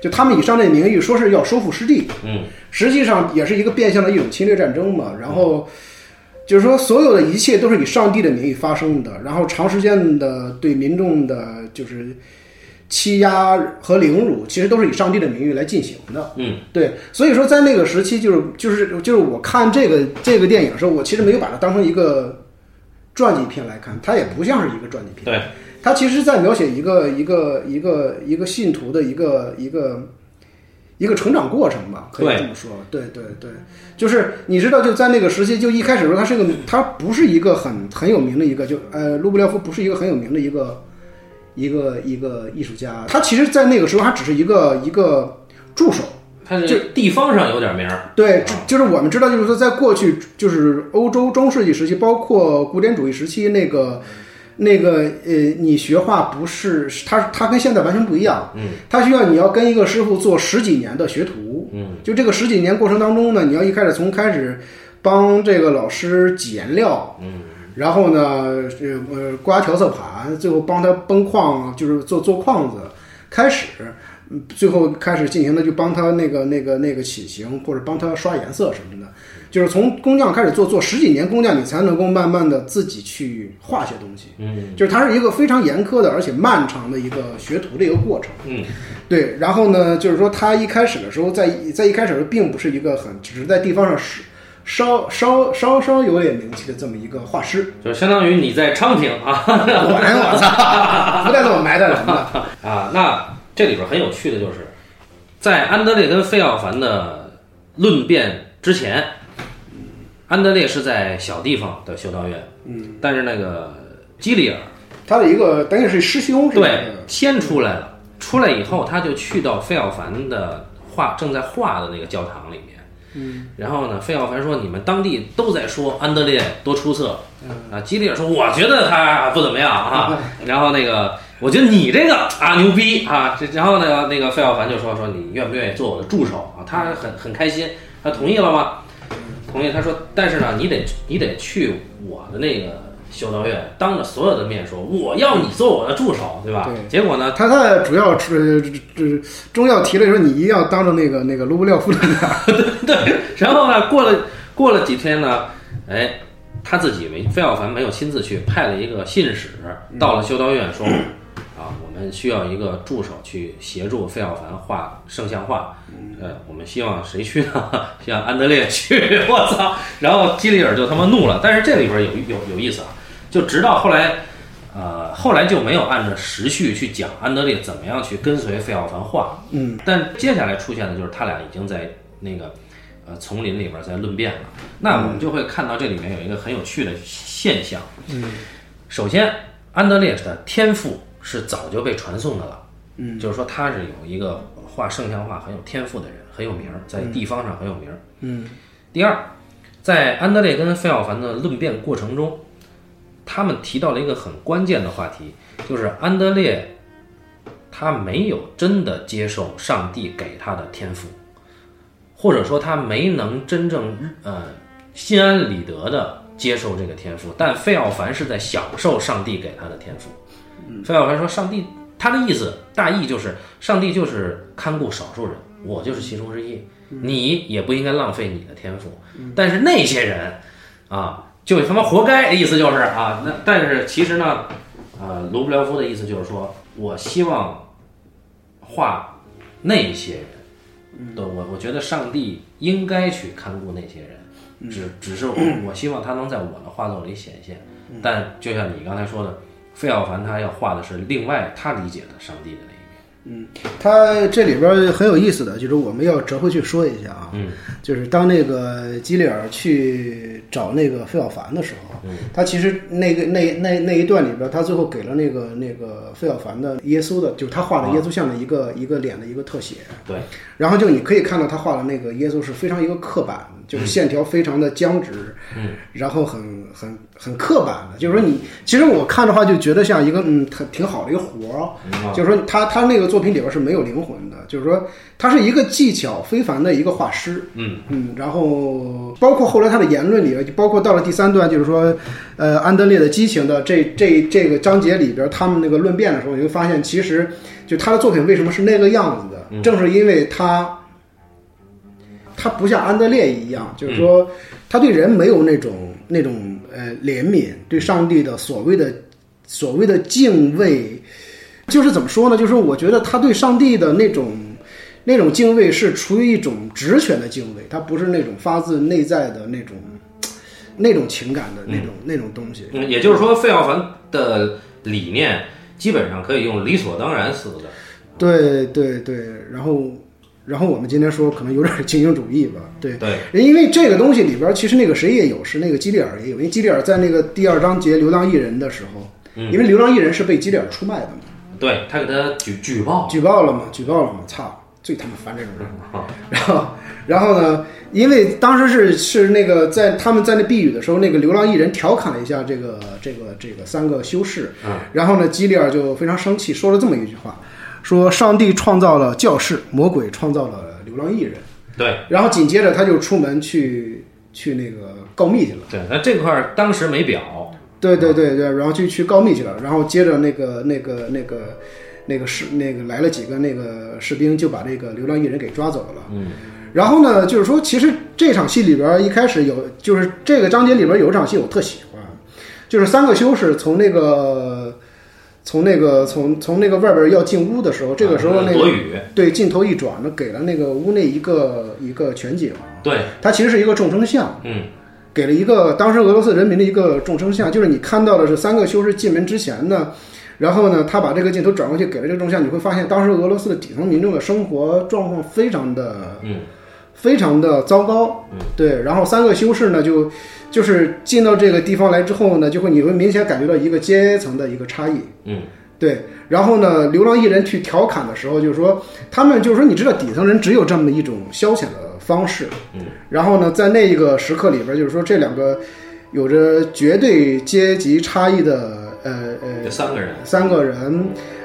就他们以上帝的名义说是要收复失地，嗯，实际上也是一个变相的一种侵略战争嘛。然后就是说，所有的一切都是以上帝的名义发生的，然后长时间的对民众的就是欺压和凌辱，其实都是以上帝的名义来进行的。嗯，对，所以说在那个时期、就是，就是就是我看这个这个电影的时候，我其实没有把它当成一个传记片来看，它也不像是一个传记片，对，它其实在描写一个一个一个一个信徒的一个一个一个成长过程吧，可以对这么说。对对对，就是你知道，就在那个时期，就一开始的时候，它是个它不是一个很很有名的一个，就呃，卢布廖夫不是一个很有名的一个一个一个艺术家，他其实，在那个时候，他只是一个一个助手。它这地方上有点名儿，对，就就是我们知道，就是说，在过去，就是欧洲中世纪时期，包括古典主义时期，那个那个呃，你学画不是它，它跟现在完全不一样。嗯，它需要你要跟一个师傅做十几年的学徒。嗯，就这个十几年过程当中呢，你要一开始从开始帮这个老师挤颜料。嗯。然后呢，呃，呃刮调色盘，最后帮他崩框，就是做做框子，开始，嗯最后开始进行的就帮他那个那个那个起形，或者帮他刷颜色什么的，就是从工匠开始做，做十几年工匠，你才能够慢慢的自己去画些东西。嗯，就是它是一个非常严苛的，而且漫长的一个学徒的一个过程。嗯，对。然后呢，就是说他一开始的时候，在在一开始的时候，并不是一个很，只是在地方上是稍稍稍稍有点名气的这么一个画师。 [laughs] 就是相当于你在昌平啊我哎我操，不带这么埋汰人的。啊，那这里边很有趣的就是，在安德烈跟费奥凡的论辩之前，安德烈是在小地方的修道院，嗯，但是那个基里尔他的一个等于是师兄是吧？对先出来了，出来以后他就去到费奥凡的画正在画的那个教堂里面，嗯，然后呢，费奥凡说你们当地都在说安德烈多出色，啊，基里尔说我觉得他不怎么样啊，然后那个我觉得你这个啊牛逼啊，这然后呢那个费奥凡就说说你愿不愿意做我的助手啊，他很很开心，他同意了吗？同意，他说，但是呢，你得你得去我的那个修道院，当着所有的面说，我要你做我的助手，对吧？对结果呢， [laughs] 他他主要是这中药提了说你一定要当着那个那个卢布廖夫的面儿对，然后呢，过了过了几天呢，哎，他自己没费奥凡没有亲自去，派了一个信使到了修道院说， [clears throat] 啊，我们需要一个助手去协助费奥凡画圣像画，呃，我们希望谁去呢？希望安德烈去，我操！然后基里尔就他妈怒了，但是这里边有有有意思啊，就直到后来。呃，后来就没有按照时序去讲安德烈怎么样去跟随费奥凡画，嗯，但接下来出现的就是他俩已经在那个呃丛林里边在论辩了。那我们就会看到这里面有一个很有趣的现象。嗯，首先，安德烈的天赋是早就被传颂的了。嗯，就是说他是有一个画圣像画很有天赋的人，很有名儿，在地方上很有名。嗯，第二，在安德烈跟费奥凡的论辩过程中，他们提到了一个很关键的话题，就是安德烈他没有真的接受上帝给他的天赋，或者说他没能真正呃心安理得的接受这个天赋。但费奥凡是在享受上帝给他的天赋。费奥凡说：“上帝，他的意思大意就是，上帝就是看顾少数人，我就是其中之一。”你也不应该浪费你的天赋。但是那些人啊，就他妈活该，意思就是啊，那但是其实呢，呃，卢布廖夫的意思就是说，我希望画那些嗯人，对呃我我觉得上帝应该去看顾那些嗯人，只只是我我希望他能在我的画作里显现。嗯但就像你刚才说的，费奥凡他要画的是另外他理解的上帝的那一面，它这里边儿很有意思的，就是我们要折回去说一下啊，嗯，就是当那个基里尔去找那个费小凡的时候，他其实那个那那那一段里边儿，他最后给了那个那个费小凡的耶稣的，就是他画的耶稣像的一个、一个脸的一个特写，对，然后就你可以看到他画的那个耶稣是非常一个刻板，就是线条非常的僵直，嗯，然后很很很刻板的，就是说你其实我看的话就觉得像一个嗯挺挺好的一个活儿，嗯就是说他他那个作品里边是没有灵魂的，就是说他是一个技巧非凡的一个画师，嗯嗯，然后包括后来他的言论里边，就包括到了第三段，就是说，呃，安德烈的激情的这这这个章节里边，他们那个论辩的时候，你会发现，其实就他的作品为什么是那个样子的，正是因为他他不像安德烈一样，就是说他对人没有那种那种呃怜悯，对上帝的所谓的所谓的敬畏，就是怎么说呢？就是我觉得他对上帝的那种那种敬畏是出于一种职权的敬畏，它不是那种发自内在的那种那种情感的那种、那种东西。嗯，也就是说，费奥凡的理念基本上可以用“理所当然”四个字。对对对，然后然后我们今天说可能有点儿 [laughs] 精英主义吧，对。对，因为这个东西里边儿，其实那个谁也有，是那个基里尔也有。因为基里尔在那个第二章节流浪艺人的时候，因为流浪艺人是被基里尔出卖的嘛，对他给他举举报，举报了嘛，举报了嘛，操，最他妈烦这种人。然后，然后呢，因为当时是是那个在他们在那避雨的时候，那个流浪艺人调侃了一下这个这个这个三个修士，然后呢，基里尔就非常生气，说了这么一句话，说上帝创造了教士，魔鬼创造了流浪艺人。对然后紧接着他就出门去去那个告密去了。对，那这块儿当时没表，对对对对，然后就去告密去了，然后接着那个那个那个那个士那个来了几个那个士兵，就把那个流浪艺人给抓走了。嗯，然后呢，就是说，其实这场戏里边一开始有，就是这个章节里边有一场戏我特喜欢，就是三个修士从那个从那个从从那个外边要进屋的时候，哦这个时候啊那躲个雨，对镜头一转，那给了那个屋内一个一个全景。对，它其实是一个众生像，嗯，给了一个当时俄罗斯人民的一个众生像，就是你看到的是三个修士进门之前呢，然后呢，他把这个镜头转过去给了这个众像，你会发现当时俄罗斯的底层民众的生活状况非常的，嗯，非常的糟糕，嗯，对，然后三个修士呢就就是进到这个地方来之后呢，就会你会明显感觉到一个阶层的一个差异，嗯，对，然后呢，流浪艺人去调侃的时候，就是说他们就是说，你知道底层人只有这么一种消遣的方式，嗯，然后呢，在那一个时刻里边，就是说这两个有着绝对阶级差异的呃这三个人呃三个人，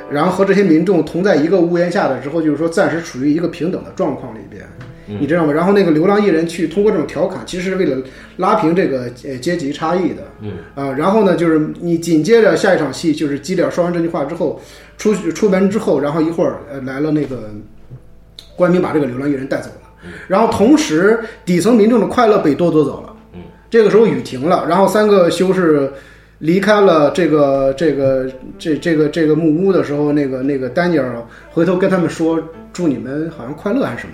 然后和这些民众同在一个屋檐下的之后，就是说暂时处于一个平等的状况里边。你知道吗？然后那个流浪艺人去通过这种调侃，其实是为了拉平这个呃阶级差异的。嗯啊、然后呢，就是你紧接着下一场戏就是基里尔说完这句话之后，出去出门之后，然后一会儿呃来了那个官兵把这个流浪艺人带走了，然后同时底层民众的快乐被夺夺走了。嗯，这个时候雨停了，然后三个修士。离开了这个这个这这个这个木屋的时候，那个那个丹尼尔回头跟他们说：“祝你们好像快乐还是什么。”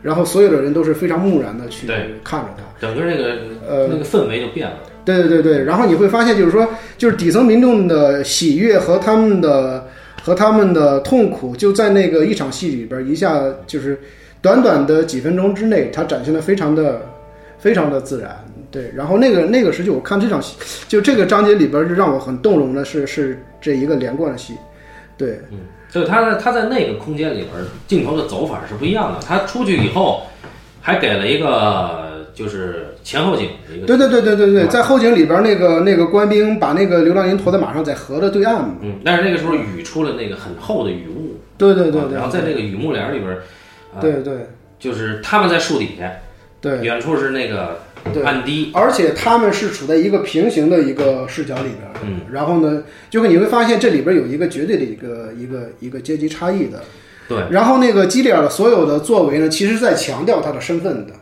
然后所有的人都是非常木然的去对看着他。整个那个呃那个氛围就变了。对对对对，然后你会发现，就是说，就是底层民众的喜悦和他们的和他们的痛苦，就在那个一场戏里边，一下就是短短的几分钟之内，它展现的非常的非常的自然。对，然后那个那个时期，我看这场戏，就这个章节里边，是让我很动容的是是这一个连贯的戏。对，所以他在他在那个空间里边儿，镜头的走法是不一样的。他出去以后，还给了一个就是前后景的一个，对对对对对对，在后景里边，那个那个官兵把那个流浪人驮在马上，在河的对岸嘛。嗯，但是那个时候雨出了那个很厚的雨雾，对对对啊对，然后在那个雨幕帘里边儿，啊，对对就是他们在树底下，对。远处是那个对暗堤，而且他们是处在一个平行的一个视角里边，嗯，然后呢，就会你会发现这里边有一个绝对的一个一个一个阶级差异的，对，然后那个基里尔的所有的作为呢，其实在强调他的身份的，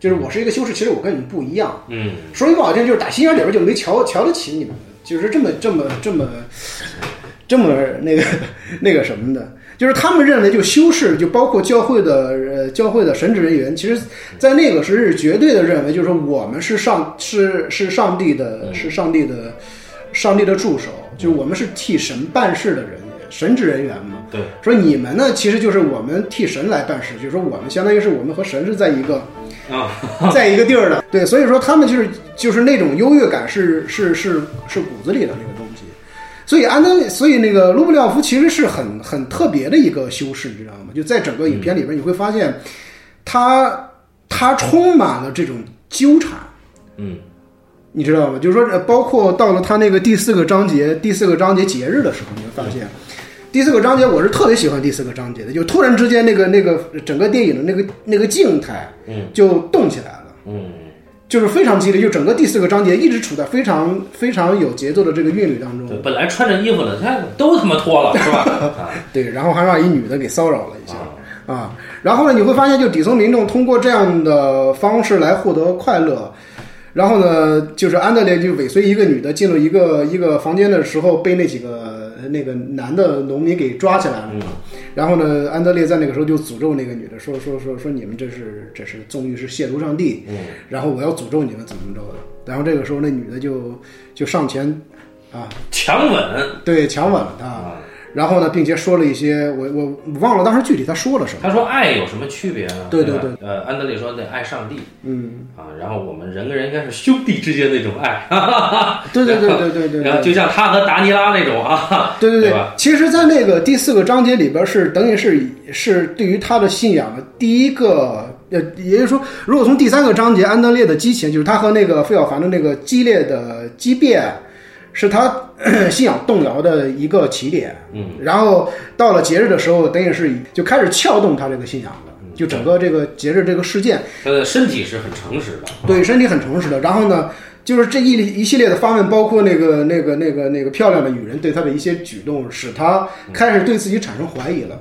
就是我是一个修士，其实我跟你们不一样，嗯，说句不好听，就是打心眼里边就没瞧瞧得起你们，就是这么这么这么这么那个那个什么的。就是他们认为，就修士，就包括教会的呃教会的神职人员，其实，在那个时候是绝对的认为，就是说我们是上是是上帝的，是上帝的，上帝的助手，就是我们是替神办事的人员。神职人员嘛，对，说你们呢，其实就是我们替神来办事，就是说我们相当于是我们和神是在一个啊， [laughs] [laughs] 在一个地儿的，对，所以说他们就是就是那种优越感是是是是骨子里的那个东西，所以安德，所以那个卢布廖夫其实是很很特别的一个修饰，你知道吗？就在整个影片里边，你会发现他他充满了这种纠缠，嗯你知道吗？就是说，呃包括到了他那个第四个章节，第四个章节节日的时候，你会发现，嗯第四个章节我是特别喜欢第四个章节的，就突然之间那个那个整个电影的那个那个静态，嗯，就动起来了。嗯就是非常激烈，就整个第四个章节一直处在非常非常有节奏的这个韵律当嗯，中。对，本来穿着衣服的，他都他妈脱了， [laughs] 是吧？啊对，然后还让一女的给骚扰了一下啊。然后呢，你会发现，就底层民众通过这样的方式来获得快乐。然后呢，就是安德烈就尾随一个女的进入一个一个房间的时候，被那几个那个男的农民给抓起来了。然后呢，安德烈在那个时候就诅咒那个女的，说说说说你们这是这是纵欲，是亵渎上帝。嗯然后我要诅咒你们怎么着的。然后这个时候那女的就就上前啊，强吻，啊对，强吻了他。然后呢，并且说了一些我我忘了当时具体他说了什么。他说爱有什么区别啊？对对对吧呃，安德烈说得爱上帝嗯，啊，然后我们人跟人应该是兄弟之间那种爱，啊对对对对对对然后对。就像他和达尼拉那种啊，对对对对吧，其实，在那个第四个章节里边是，等于是是对于他的信仰的第一个，呃，也就是说，如果从第三个章节安德烈的激情，就是他和那个费小凡的那个激烈的激辩，是他咳信仰动摇的一个起点。嗯，然后到了节日的时候，等于是就开始撬动他这个信仰了，就整个这个节日这个事件。他的身体是很诚实的，对，身体很诚实的。然后呢，就是这一一系列的发问，包括那个那个那个那个漂亮的女人对他的一些举动，使他开始对自己产生怀疑了。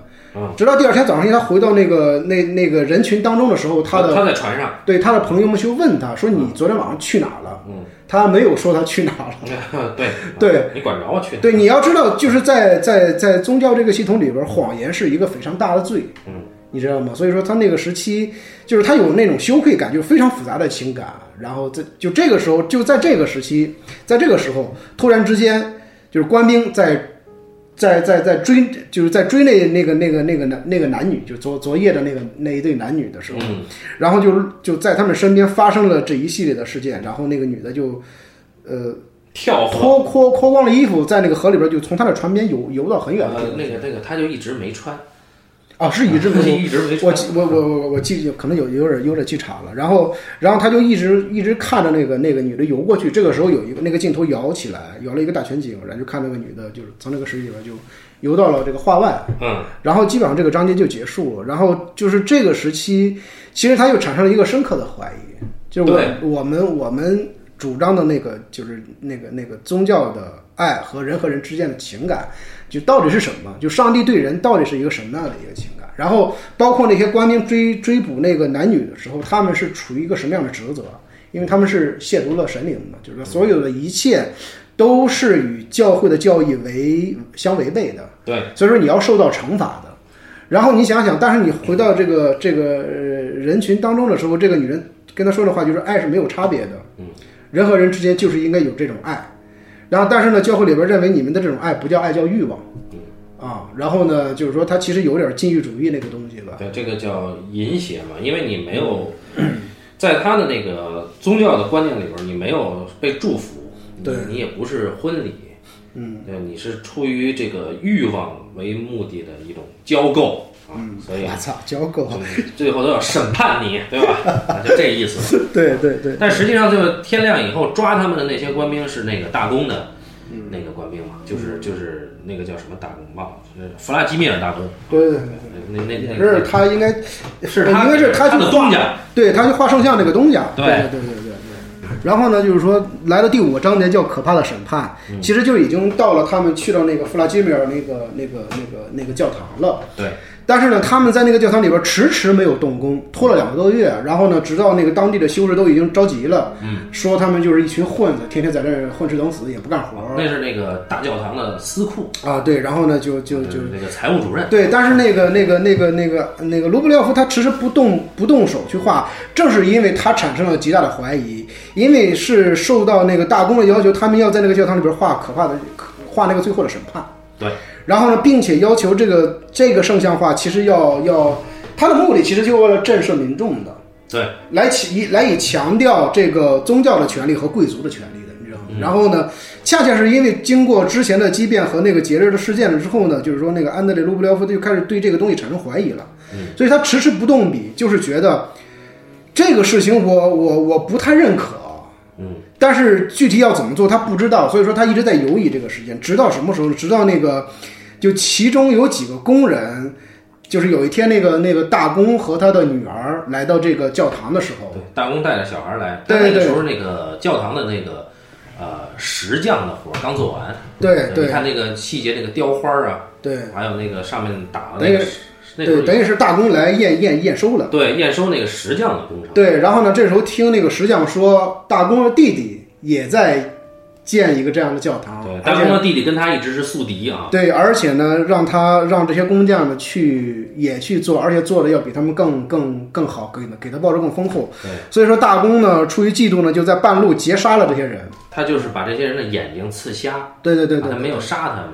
直到第二天早上，他回到那个那那个人群当中的时候，他的他在船上， [laughs] 对他的朋友们去问他说：“你昨天晚上去哪儿了？”嗯，他没有说他去哪儿了。对啊对，你管着我去，对，你要知道，就是在在在宗教这个系统里边，谎言是一个非常大的罪。嗯，你知道吗？所以说他那个时期，就是他有那种羞愧感，就是非常复杂的情感。然后在就这个时候，就在这个时期，在这个时候，突然之间，就是官兵在在在在追，就是在追那那个那个那个男那个男女，就昨昨夜的那个那一对男女的时候，嗯然后就就在他们身边发生了这一系列的事件，然后那个女的就，呃，跳河。脱脱脱光了衣服，在那个河里边就从他的船边游游到很远的地呃，那个那个，他就一直没穿，方啊，是一直没他就有。 [laughs] 一直没我穿。记我我我我记可能有有点有点记差了，然后然后他就一直一直看着那个那个女的游过去，这个时候有一个那个镜头摇起来，摇了一个大全景，然后就看那个女的就是从那个水里边就游到了这个画外，嗯，然后基本上这个章节就结束了。然后就是这个时期，其实他又产生了一个深刻的怀疑，就是我对我们我们主张的那个就是那个那个宗教的爱和人和人之间的情感，就到底是什么？就上帝对人到底是一个什么样的一个情感？然后包括那些官兵追追捕那个男女的时候，他们是处于一个什么样的职责？因为他们是亵渎了神灵的，就是说所有的一切都是与教会的教义为相违背的。对，所以说你要受到惩罚的。然后你想想，但是你回到这个这个呃人群当中的时候，这个女人跟他说的话就是爱是没有差别的，嗯，人和人之间就是应该有这种爱。然后但是呢，教会里边认为你们的这种爱不叫爱，叫欲望，啊，然后呢，就是说他其实有点禁欲主义那个东西吧，对，这个叫淫邪嘛，因为你没有在他的那个宗教的观念里边儿，你没有被祝福，你对你也不是婚礼，嗯，对，你是出于这个欲望为目的的一种交购啊，所以我哎 [laughs] 操，嗯教狗，最后都要审判你，对吧？啊就这意 [laughs] 思。对对对，但实际上，就是天亮以后抓他们的那些官兵是那个大公的。嗯那个官兵嘛，就是就是那个叫什么大公忘了，是弗拉基米尔大公，对对那那对，那也个是他应该是他应该是他去的东家，对他去画圣像这个东西啊，对对对对对对。然后呢，就是说来到第五个章节叫可怕的审判，其实就已经到了他们去到那个弗拉基米尔那个那个那个那个教堂了。对，但是呢，他们在那个教堂里边迟迟没有动工，拖了两个多月。然后呢，直到那个当地的修士都已经着急了，说他们就是一群混子，天天在这儿混吃等死，也不干活儿那是那个大教堂的司库，啊。对，然后呢，就就就那个财务主任，对，但是那个那个那个那个那个卢布廖夫他迟迟不动不动手去画，正是因为他产生了极大的怀疑，因为是受到那个大公的要求，他们要在那个教堂里边画可怕的可画那个最后的审判。对，然后呢，并且要求这个这个圣像画其实要要，它的目的其实就为了震慑民众的，对，来起以来以强调这个宗教的权利和贵族的权利的，你知道吗？然后呢，恰恰是因为经过之前的激变和那个节日的事件了之后呢，就是说那个安德烈·卢布廖夫就开始对这个东西产生怀疑了，所以他迟迟不动笔，就是觉得这个事情我我我不太认可。嗯但是具体要怎么做他不知道，所以说他一直在犹疑这个事件，直到什么时候？直到那个，就其中有几个工人，就是有一天那个那个大公和他的女儿来到这个教堂的时候，对，大公带着小孩来，对他那个对时候那个教堂的那个呃石匠的活儿刚做完，对你对看那个细节，那个雕花儿啊，对还有那个上面打的等那于个，那时对，候等于是大公来验验验收了。对验收那个石匠的工程，对，然后呢，这时候听那个石匠说，大公的弟弟也在建一个这样的教堂对，，大而公且的弟弟跟他一直是宿敌啊，对，而且呢，让他让这些工匠们去也去做，而且做的要比他们更更更好，给给他报酬更丰厚。对，所以说大公呢，出于嫉妒呢，就在半路截杀了这些人。他就是把这些人的眼睛刺瞎，对对对 [laughs] 他没有杀他们，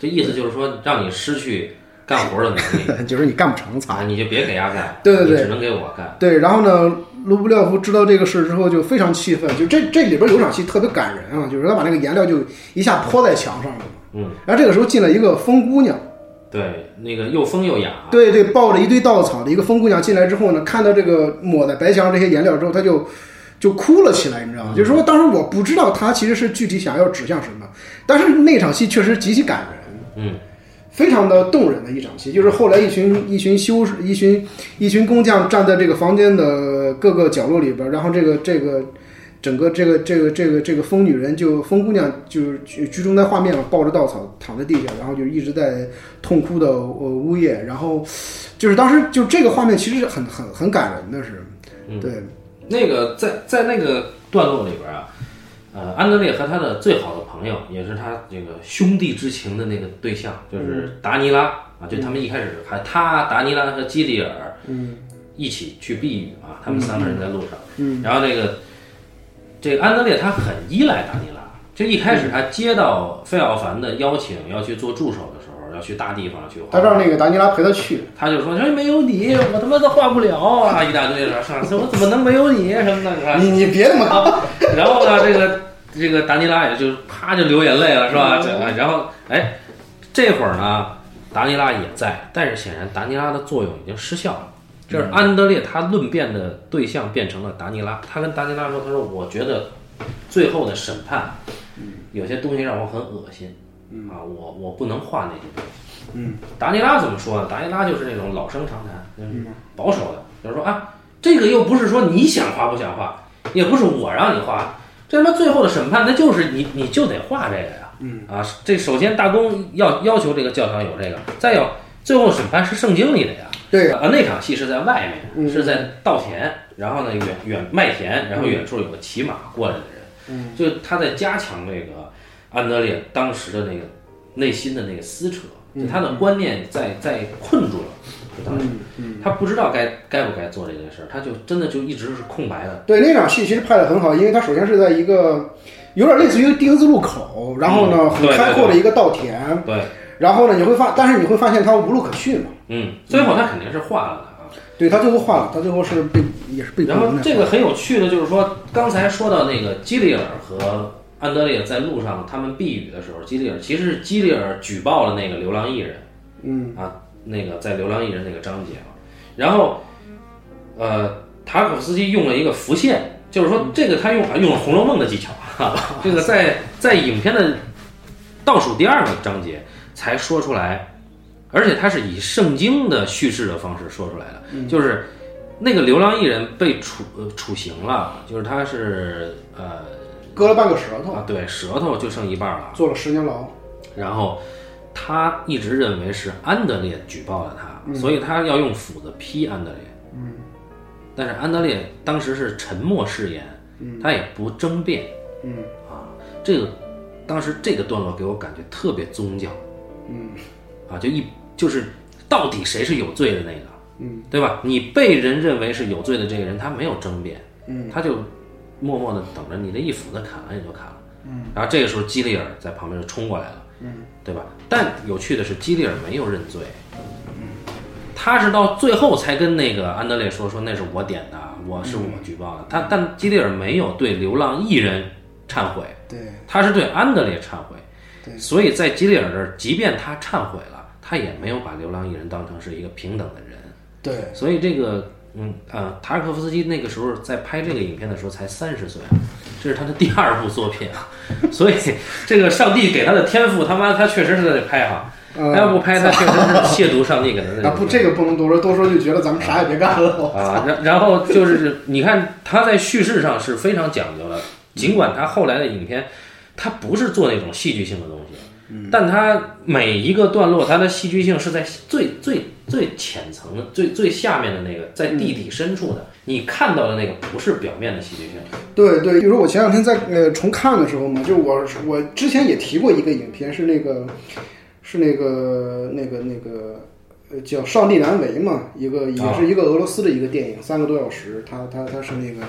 这意思就是说让你失去干活的能力， [laughs] 对，就是你干不成才。啊，你就别给他干，对对对你只能给我干，对，然后呢，卢布廖夫知道这个事之后就非常气愤，就这这里边有场戏特别感人啊，就是他把那个颜料就一下泼在墙上了。嗯，然后这个时候进来一个疯姑娘，对，那个又疯又啊哑，对对，抱着一堆稻草的一个疯姑娘进来之后呢，看到这个抹在白墙上这些颜料之后，她就就哭了起来，你知道吗？就是说当时我不知道她其实是具体想要指向什么，但是那场戏确实极其感人。嗯，非常的动人的一场戏，就是后来一群一群修士、一群一群工匠站在这个房间的各个角落里边儿，然后这个这个整个这个这个这个这个疯女人就疯姑娘就是居居中在画面上抱着稻草躺在地下，然后就一直在痛哭的呃呜咽，然后就是当时就这个画面其实是很很很感人的是，嗯对那个在在那个段落里边啊，呃，安德烈和他的最好的朋友，也是他这个兄弟之情的那个对象，就是达尼拉啊，就他们一开始还他达尼拉和基里尔，嗯，一起去避雨啊，他们三个人在路上，嗯，然后那个这个安德烈他很依赖达尼拉，就一开始他接到费奥凡的邀请要去做助手的时候，要去大地方去画画，他让那个达尼拉陪他去，他就说：“哎，没有你，我他妈都画不了啊！” [laughs] 一大堆的上次我怎么能没有你啊什么的？你看，你你别那么 [laughs] 然后呢，这个这个达尼拉也就啪就流眼泪了，是吧？这个然后哎，这会儿呢，达尼拉也在，但是显然达尼拉的作用已经失效了。就是安德烈他论辩的对象变成了达尼拉，他跟达尼拉说：“他说我觉得最后的审判有些东西让我很恶心。”啊，我我不能画那些东西。嗯，达尼拉怎么说呢？达尼拉就是那种老生常谈，就是保守的，就是说啊，这个又不是说你想画不想画，也不是我让你画，这他妈最后的审判，那就是你你就得画这个呀。嗯啊，这首先大公要要求这个教堂有这个，再有最后审判是圣经里的呀。嗯对啊，那场戏是在外面，是在稻田，然后呢远远麦田，然后远处有个骑马过来的人，嗯，就他在加强这个安德烈当时的那个内心的那个撕扯，就他的观念在在困住了，就当时他不知道该该不该做这件事儿，他就真的就一直是空白的。对那场戏其实拍的很好，因为它首先是在一个有点类似于丁字路口，然后呢嗯很对开阔的一个稻田，对，然后呢你会发，但是你会发现它无路可去嘛。嗯，最后他肯定是画了的啊。对，它最后换了，它最后是被也是被然迫无后奈这个很有趣的就是说，刚才说到那个基里尔和安德烈在路上他们避雨的时候，基里尔其实是基里尔举报了那个流浪艺人，嗯啊，那个在流浪艺人那个章节啊，然后呃，塔可夫斯基用了一个浮现，就是说这个他用啊用了《红楼梦》的技巧，哈哈 [laughs] 这个在在影片的倒数第二个章节才说出来。而且他是以圣经的叙事的方式说出来的，就是那个流浪艺人被处呃处刑了，就是他是呃割了半个舌头，啊对，舌头就剩一半了，坐了十年牢。然后他一直认为是安德烈举报了他，所以他要用斧子劈安德烈。嗯，但是安德烈当时是沉默誓言，他也不争辩。嗯啊，这个当时这个段落给我感觉特别宗教。嗯，啊，就一就是到底谁是有罪的那个，嗯，对吧？你被人认为是有罪的这个人，他没有争辩，嗯，他就嗯默默的等着你那一斧子砍完也就砍了。然后这个时候基里尔在旁边就冲过来了，嗯，对吧？但有趣的是，基里尔没有认罪，嗯他是到最后才跟那个安德烈说说那是我点的，我是嗯我举报的。他但基里尔没有对流浪艺人忏悔，对他是对安德烈忏悔。对所以在基里尔这儿，即便他忏悔了，他也没有把流浪艺人当成是一个平等的人。对，所以这个，嗯呃，塔尔科夫斯基那个时候在拍这个影片的时候才三十岁啊，这是他的第二部作品啊， [laughs] 所以这个上帝给他的天赋，他妈他确实是在这拍哈、嗯他要不拍，他确实是亵渎上帝给他的啊不，这个不能多说，多说就觉得咱们啥也别干了。啊，然 [laughs] 然后就是你看他在叙事上是非常讲究的，尽管他后来的影片，他不是做那种戏剧性的东西，但他每一个段落，它的戏剧性是在最最最浅层的、最最下面的那个，在地底深处的，你看到的那个不是表面的戏剧性，对对，就是我前两天在呃重看的时候嘛，就我我之前也提过一个影片，是那个是那个那个那个呃叫《上帝难为》嘛，一个也啊是一个俄罗斯的一个电影，三个多小时，他他他是那个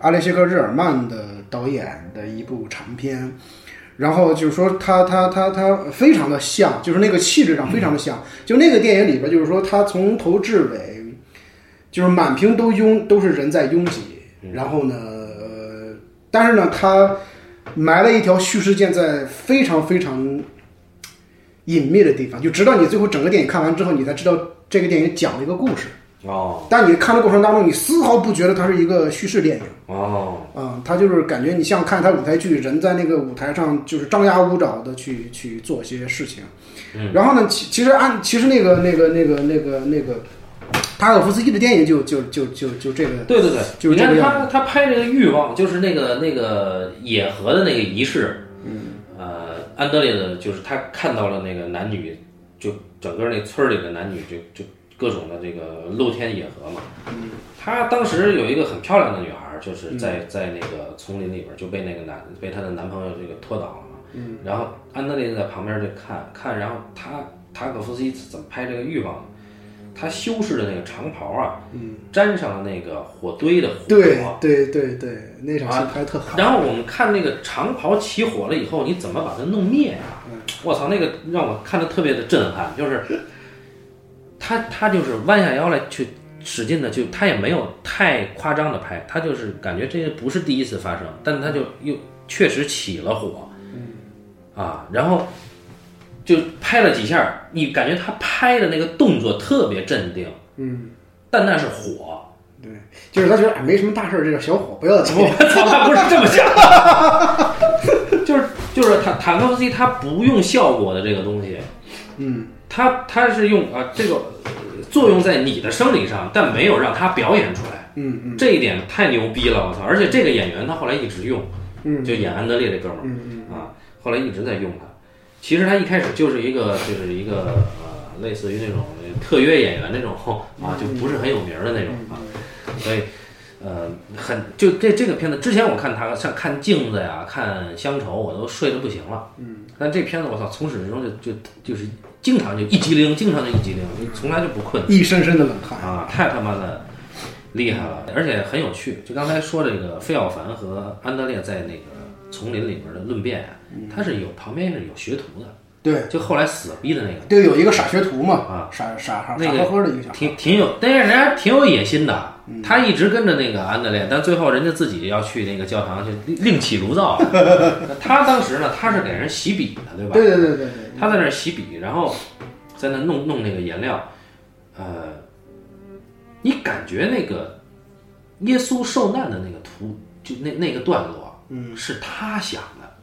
阿列谢克日耳曼的导演的一部长片。然后就是说他，他他他非常的像，就是那个气质上非常的像。就那个电影里边，就是说他从头至尾，就是满屏都拥都是人在拥挤，然后呢，呃，但是呢，他埋了一条叙事线在非常非常隐秘的地方，就直到你最后整个电影看完之后，你才知道这个电影讲了一个故事。哦但你看的过程当中，你丝毫不觉得它是一个叙事电影。哦，嗯，他就是感觉你像看他舞台剧，人在那个舞台上就是张牙舞爪的去去做些事情。嗯然后呢，其其实按其实那个那个那个那个那个塔可夫斯基的电影就就就就就这个对对对，就是你这个看样他他拍这个欲望，就是那个那个野河的那个仪式，嗯，呃，安德烈的就是他看到了那个男女，就整个那村儿里的男女就就各种的这个露天野河嘛，嗯，他当时有一个很漂亮的女孩儿，就是在在那个丛林里边儿就被那个男被她的男朋友这个拖倒了嘛，嗯，然后安德烈就在旁边就看看，然后他塔可夫斯基怎么拍这个欲望呢？他修饰的那个长袍啊，嗯，沾上了那个火堆的火，对对对对，那场啊戏拍得特好。然后我们看那个长袍起火了以后，你怎么把它弄灭啊？嗯我操，那个让我看的特别的震撼，就是 [laughs] 他他就是弯下腰来去使劲的去，他也没有太夸张的拍，他就是感觉这个不是第一次发生，但他就又确实起了火，嗯啊，然后就拍了几下，你感觉他拍的那个动作特别镇定，嗯，但那是火，对，就是他觉得哎没什么大事儿，这个小火不要紧。我操，他不是这么想，就是就是塔塔科夫斯基他不用效果的这个东西，嗯，他他是用啊这个呃作用在你的生理上，但没有让他表演出来，嗯嗯这一点太牛逼了，我操！而且这个演员他后来一直用，嗯就演安德烈这哥们儿，嗯嗯，啊，后来一直在用它。其实他一开始就是一个就是一个呃，类似于那种特约演员那种啊，就不是很有名儿的嗯那种啊，所以呃，很就这这个片子之前我看他像看镜子呀、看乡愁，我都睡得不行了。嗯，但这片子我操，从始至终就就就是经常就一激灵，经常就一激灵，就从来就不困。一身身的冷汗。啊，太他妈的厉害了，而且很有趣。就刚才说这个费奥凡和安德烈在那个丛林里边的论辩啊，他是有旁边是有学徒的，对就后来死逼的那个，对，有一个傻学徒嘛，啊傻傻傻那傻个呵呵的一个小孩。挺挺有，但是人家挺有野心的。他一直跟着那个安德烈，但最后人家自己要去那个教堂去另起炉 [laughs] 灶啊。那他当时呢，他是给人洗笔的，对吧？对对对对对。他在那儿洗笔，然后在那弄弄那个颜料，呃，你感觉那个耶稣受难的那个图，就那那个段落，嗯，是他想的，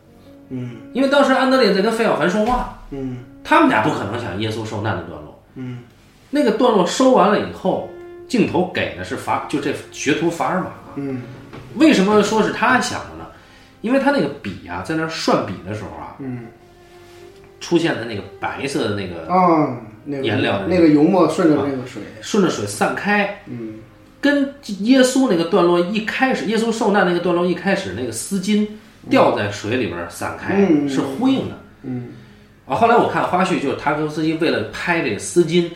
嗯因为当时安德烈在跟费小凡说话，嗯他们俩不可能想耶稣受难的段落，嗯，那个段落收完了以后，镜头给的是法，就这学徒法尔玛，嗯为什么说是他想的呢？因为他那个笔啊，在那儿涮笔的时候啊，嗯出现了那个白色的那个啊，那个颜料啊那个油墨顺着那个水，顺着水散开，嗯跟耶稣那个段落一开始，耶稣受难那个段落一开始，那个丝巾掉在水里边散开、嗯是呼应的。嗯啊，后来我看花絮，就是塔可夫斯基为了拍这个丝巾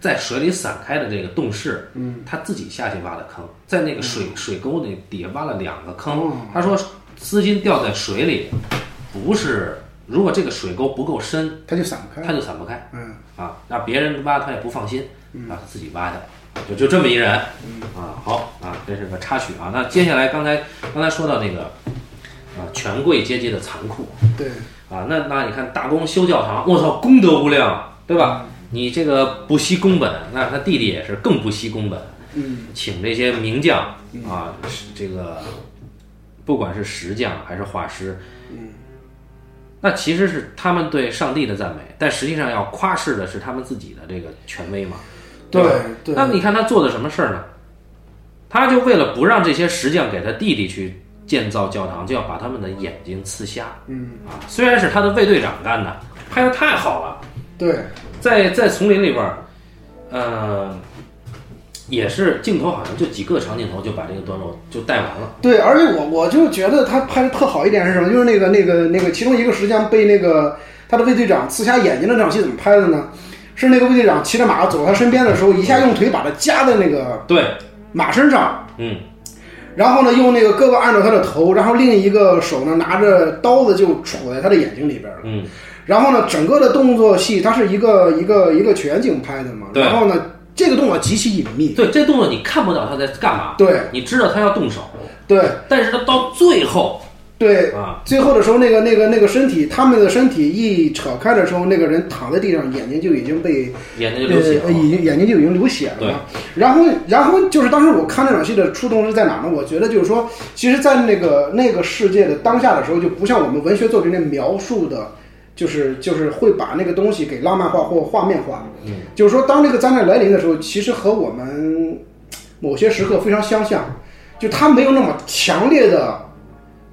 在水里散开的这个动势，嗯，他自己下去挖的坑，在那个水、水沟那底下挖了两个坑。哦他说丝巾掉在水里不是如果这个水沟不够深，它就散不开。它就散不开嗯，啊。那别人挖他也不放心啊，他自己挖的，就就这么一人啊。好啊，这是个插曲啊。那接下来刚才刚才说到那个啊，权贵阶级的残酷对，啊，那那你看大公修教堂，我操，功德无量，对吧？你这个不惜工本，那他弟弟也是更不惜工本，嗯，请这些名将啊，是这个不管是石匠还是画师，嗯那其实是他们对上帝的赞美，但实际上要夸示的是他们自己的这个权威嘛。对吧对那你看他做的什么事儿呢？他就为了不让这些石匠给他弟弟去建造教堂，就要把他们的眼睛刺瞎。嗯，啊，虽然是他的卫队长干的，拍的太好了。对，在在丛林里边儿，呃，也是镜头好像就几个长镜头就把这个段落就带完了。对，而且我我就觉得他拍的特好一点是什么？就是那个那个那个，其中一个石匠被那个他的卫队长刺瞎眼睛的那场戏怎么拍的呢？是那个卫队长骑着马走到他身边的时候，一下用腿把他夹在那个对，马身上，嗯，然后呢用那个胳膊按住他的头，然后另一个手呢拿着刀子就杵在他的眼睛里边了。嗯，然后呢，整个的动作戏它是一个一个一个全景拍的嘛，对然后呢，这个动作极其隐秘。对，这动作你看不到他在干嘛，对你知道他要动手，对但是他到最后对，啊，最后的时候，那个那个那个身体，他们的身体一扯开的时候，那个人躺在地上，眼睛就已经被眼睛就流血呃，了。已经眼睛就已经流血了对嘛。然后，然后就是当时我看那场戏的触动是在哪呢？我觉得就是说，其实，在那个那个世界的当下的时候，就不像我们文学作品里描述的，就是就是会把那个东西给浪漫化或画面化。嗯，就是说，当这个灾难来临的时候，其实和我们某些时刻非常相像，就它没有那么强烈的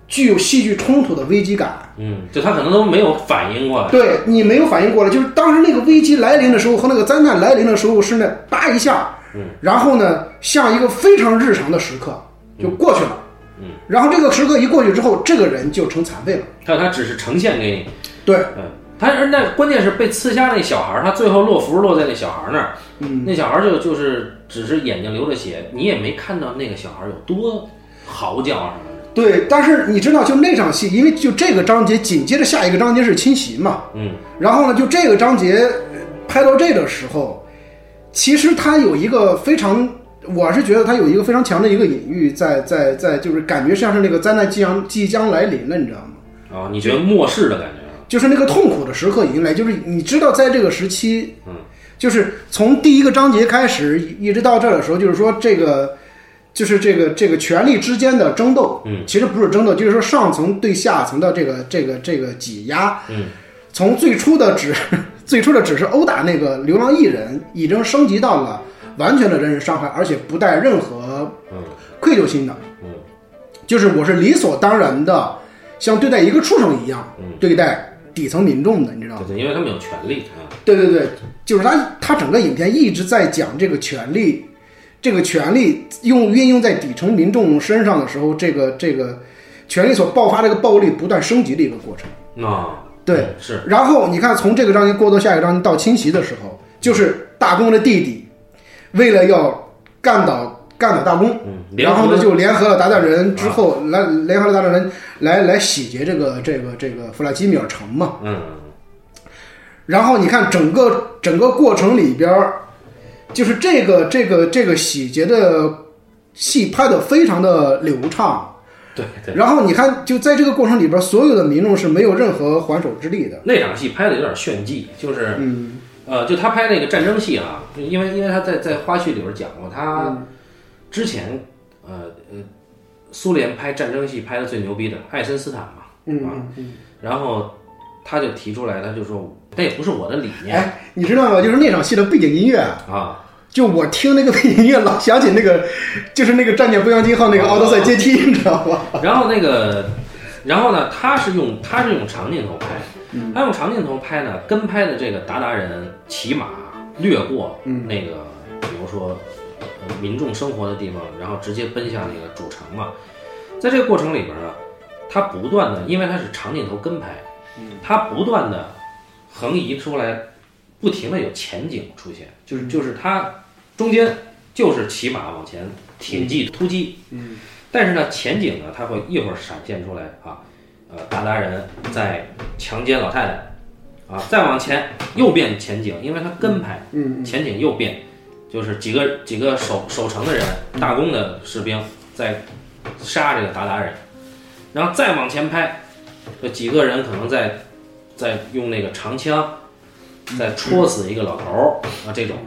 具有戏剧冲突的危机感。嗯，就他可能都没有反应过来。对你没有反应过来，就是当时那个危机来临的时候和那个灾难来临的时候是那叭一下，嗯，然后呢，像一个非常日常的时刻就过去了，嗯，然后这个时刻一过去之后，这个人就成残废了，还有他只是呈现给你，对，嗯，他而那关键是被刺瞎那小孩儿，他最后落符落在那小孩儿那儿，嗯，那小孩儿就就是只是眼睛流着血，你也没看到那个小孩儿有多嚎叫什么的，对，但是你知道，就那场戏，因为就这个章节紧接着下一个章节是侵袭嘛，嗯，然后呢，就这个章节呃拍到这的时候，其实它有一个非常，我是觉得它有一个非常强的一个隐喻在，在在就是感觉像是那个灾难即将即将来临了，你知道吗？啊、你觉得末世的感觉啊，就是那个痛苦的时刻已经来，就是你知道，在这个时期，嗯，就是从第一个章节开始一直到这儿的时候，就是说这个，就是这个这个权力之间的争斗，嗯，其实不是争斗，就是说上层对下层的这个这个这个挤压，嗯，从最初的只 [laughs] 最初的只是殴打那个流浪艺人，已经升级到了完全的人身伤害，而且不带任何嗯愧疚心的，嗯就是我是理所当然的，像对待一个畜生一样嗯，对待底层民众的，你知道吗？对对，因为他们有权利啊，对对对，就是他，他整个影片一直在讲这个权利，这个权利用运用在底层民众身上的时候，这个这个权利所爆发这个暴力不断升级的一个过程。那、对，啊是，然后你看，从这个章节过渡下一个章节到侵袭的时候，就是大公的弟弟为了要干倒干倒大公，嗯，然后呢就就联合了鞑靼人之后，来联合了鞑靼人来来洗劫这个这个这个弗拉基米尔城嘛。嗯然后你看整个整个过程里边儿，就是这个这个这个洗劫的戏拍的非常的流畅。对对，然后你看，就在这个过程里边儿，所有的民众是没有任何还手之力的。那场戏拍的有点炫技，就是嗯，呃，就他拍那个战争戏啊，就因为因为他在在花絮里边讲过，他嗯之前呃呃，苏联拍战争戏拍的最牛逼的爱森斯坦嘛，啊嗯嗯然后他就提出来，他就说那也不是我的理嗯，念哎，你知道吗？就是那场戏的背景音乐啊，啊，就我听那个背景音乐，老想起那个，就是那个战舰飞扬机号那个奥德赛阶梯，你知道吗？然后那个，然后呢，他是用他是用长镜头拍，他用长镜头拍呢，跟拍的这个鞑靼人骑马掠过那个，比如说、呃民众生活的地方，然后直接奔向那个主城嘛，在这个过程里边呢，他不断的，因为他是长镜头跟拍，他不断的横移出来，不停的有前景出现，就是就是他中间就是骑马往前挺进突击，嗯，但是呢前景呢，它会一会儿闪现出来啊，呃鞑靼人在强奸老太太，啊，再往前右变前景，因为他跟拍，嗯，前景右变，就是几个几个守守城的人，大公的士兵在杀这个鞑靼人，然后再往前拍，有几个人可能在在用那个长枪在戳死一个老头儿啊这种，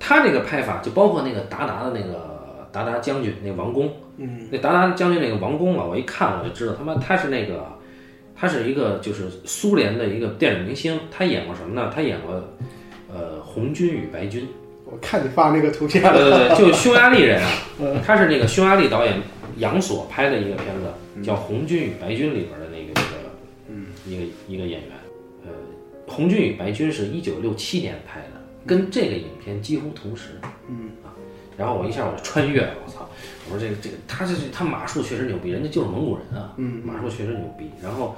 他这个拍法就包括那个鞑靼的那个鞑靼将军那王宫，嗯，那鞑靼将军那个王宫啊，我一看我就知道他妈他是那个。他是一个就是苏联的一个电影明星，他演过什么呢？他演过呃《红军与白 [laughs] 军》我看你发那个图片了，呃，就匈牙利人 [laughs] 啊，他是那个匈牙利导演杨索拍的一个片子，叫《红军与白军》里边的那个一个一个一个演员。呃，《红军与白军》是一九六七年拍的，跟这个影片几乎同时。嗯啊，然后我一下我就穿越了，我操！我说这个这个，他这他马术确实牛逼，人家就是蒙古人啊，嗯，马术确实牛逼。然后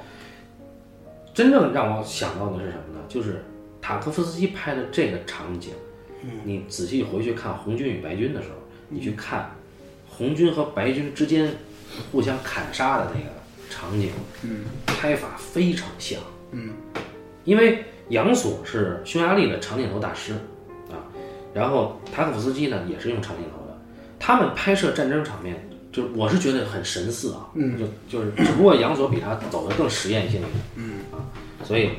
真正让我想到的是什么呢？就是塔科夫斯基拍的这个场景。你仔细回去看《红军与白军》的时候，你去看红军和白军之间互相砍杀的那个场景，嗯，拍法非常像，嗯，因为杨索是匈牙利的长镜头大师啊，然后塔可夫斯基呢也是用长镜头的，他们拍摄战争场面，就是我是觉得很神似啊，嗯，就就是只不过杨索比他走的更实验性一点，嗯啊，所以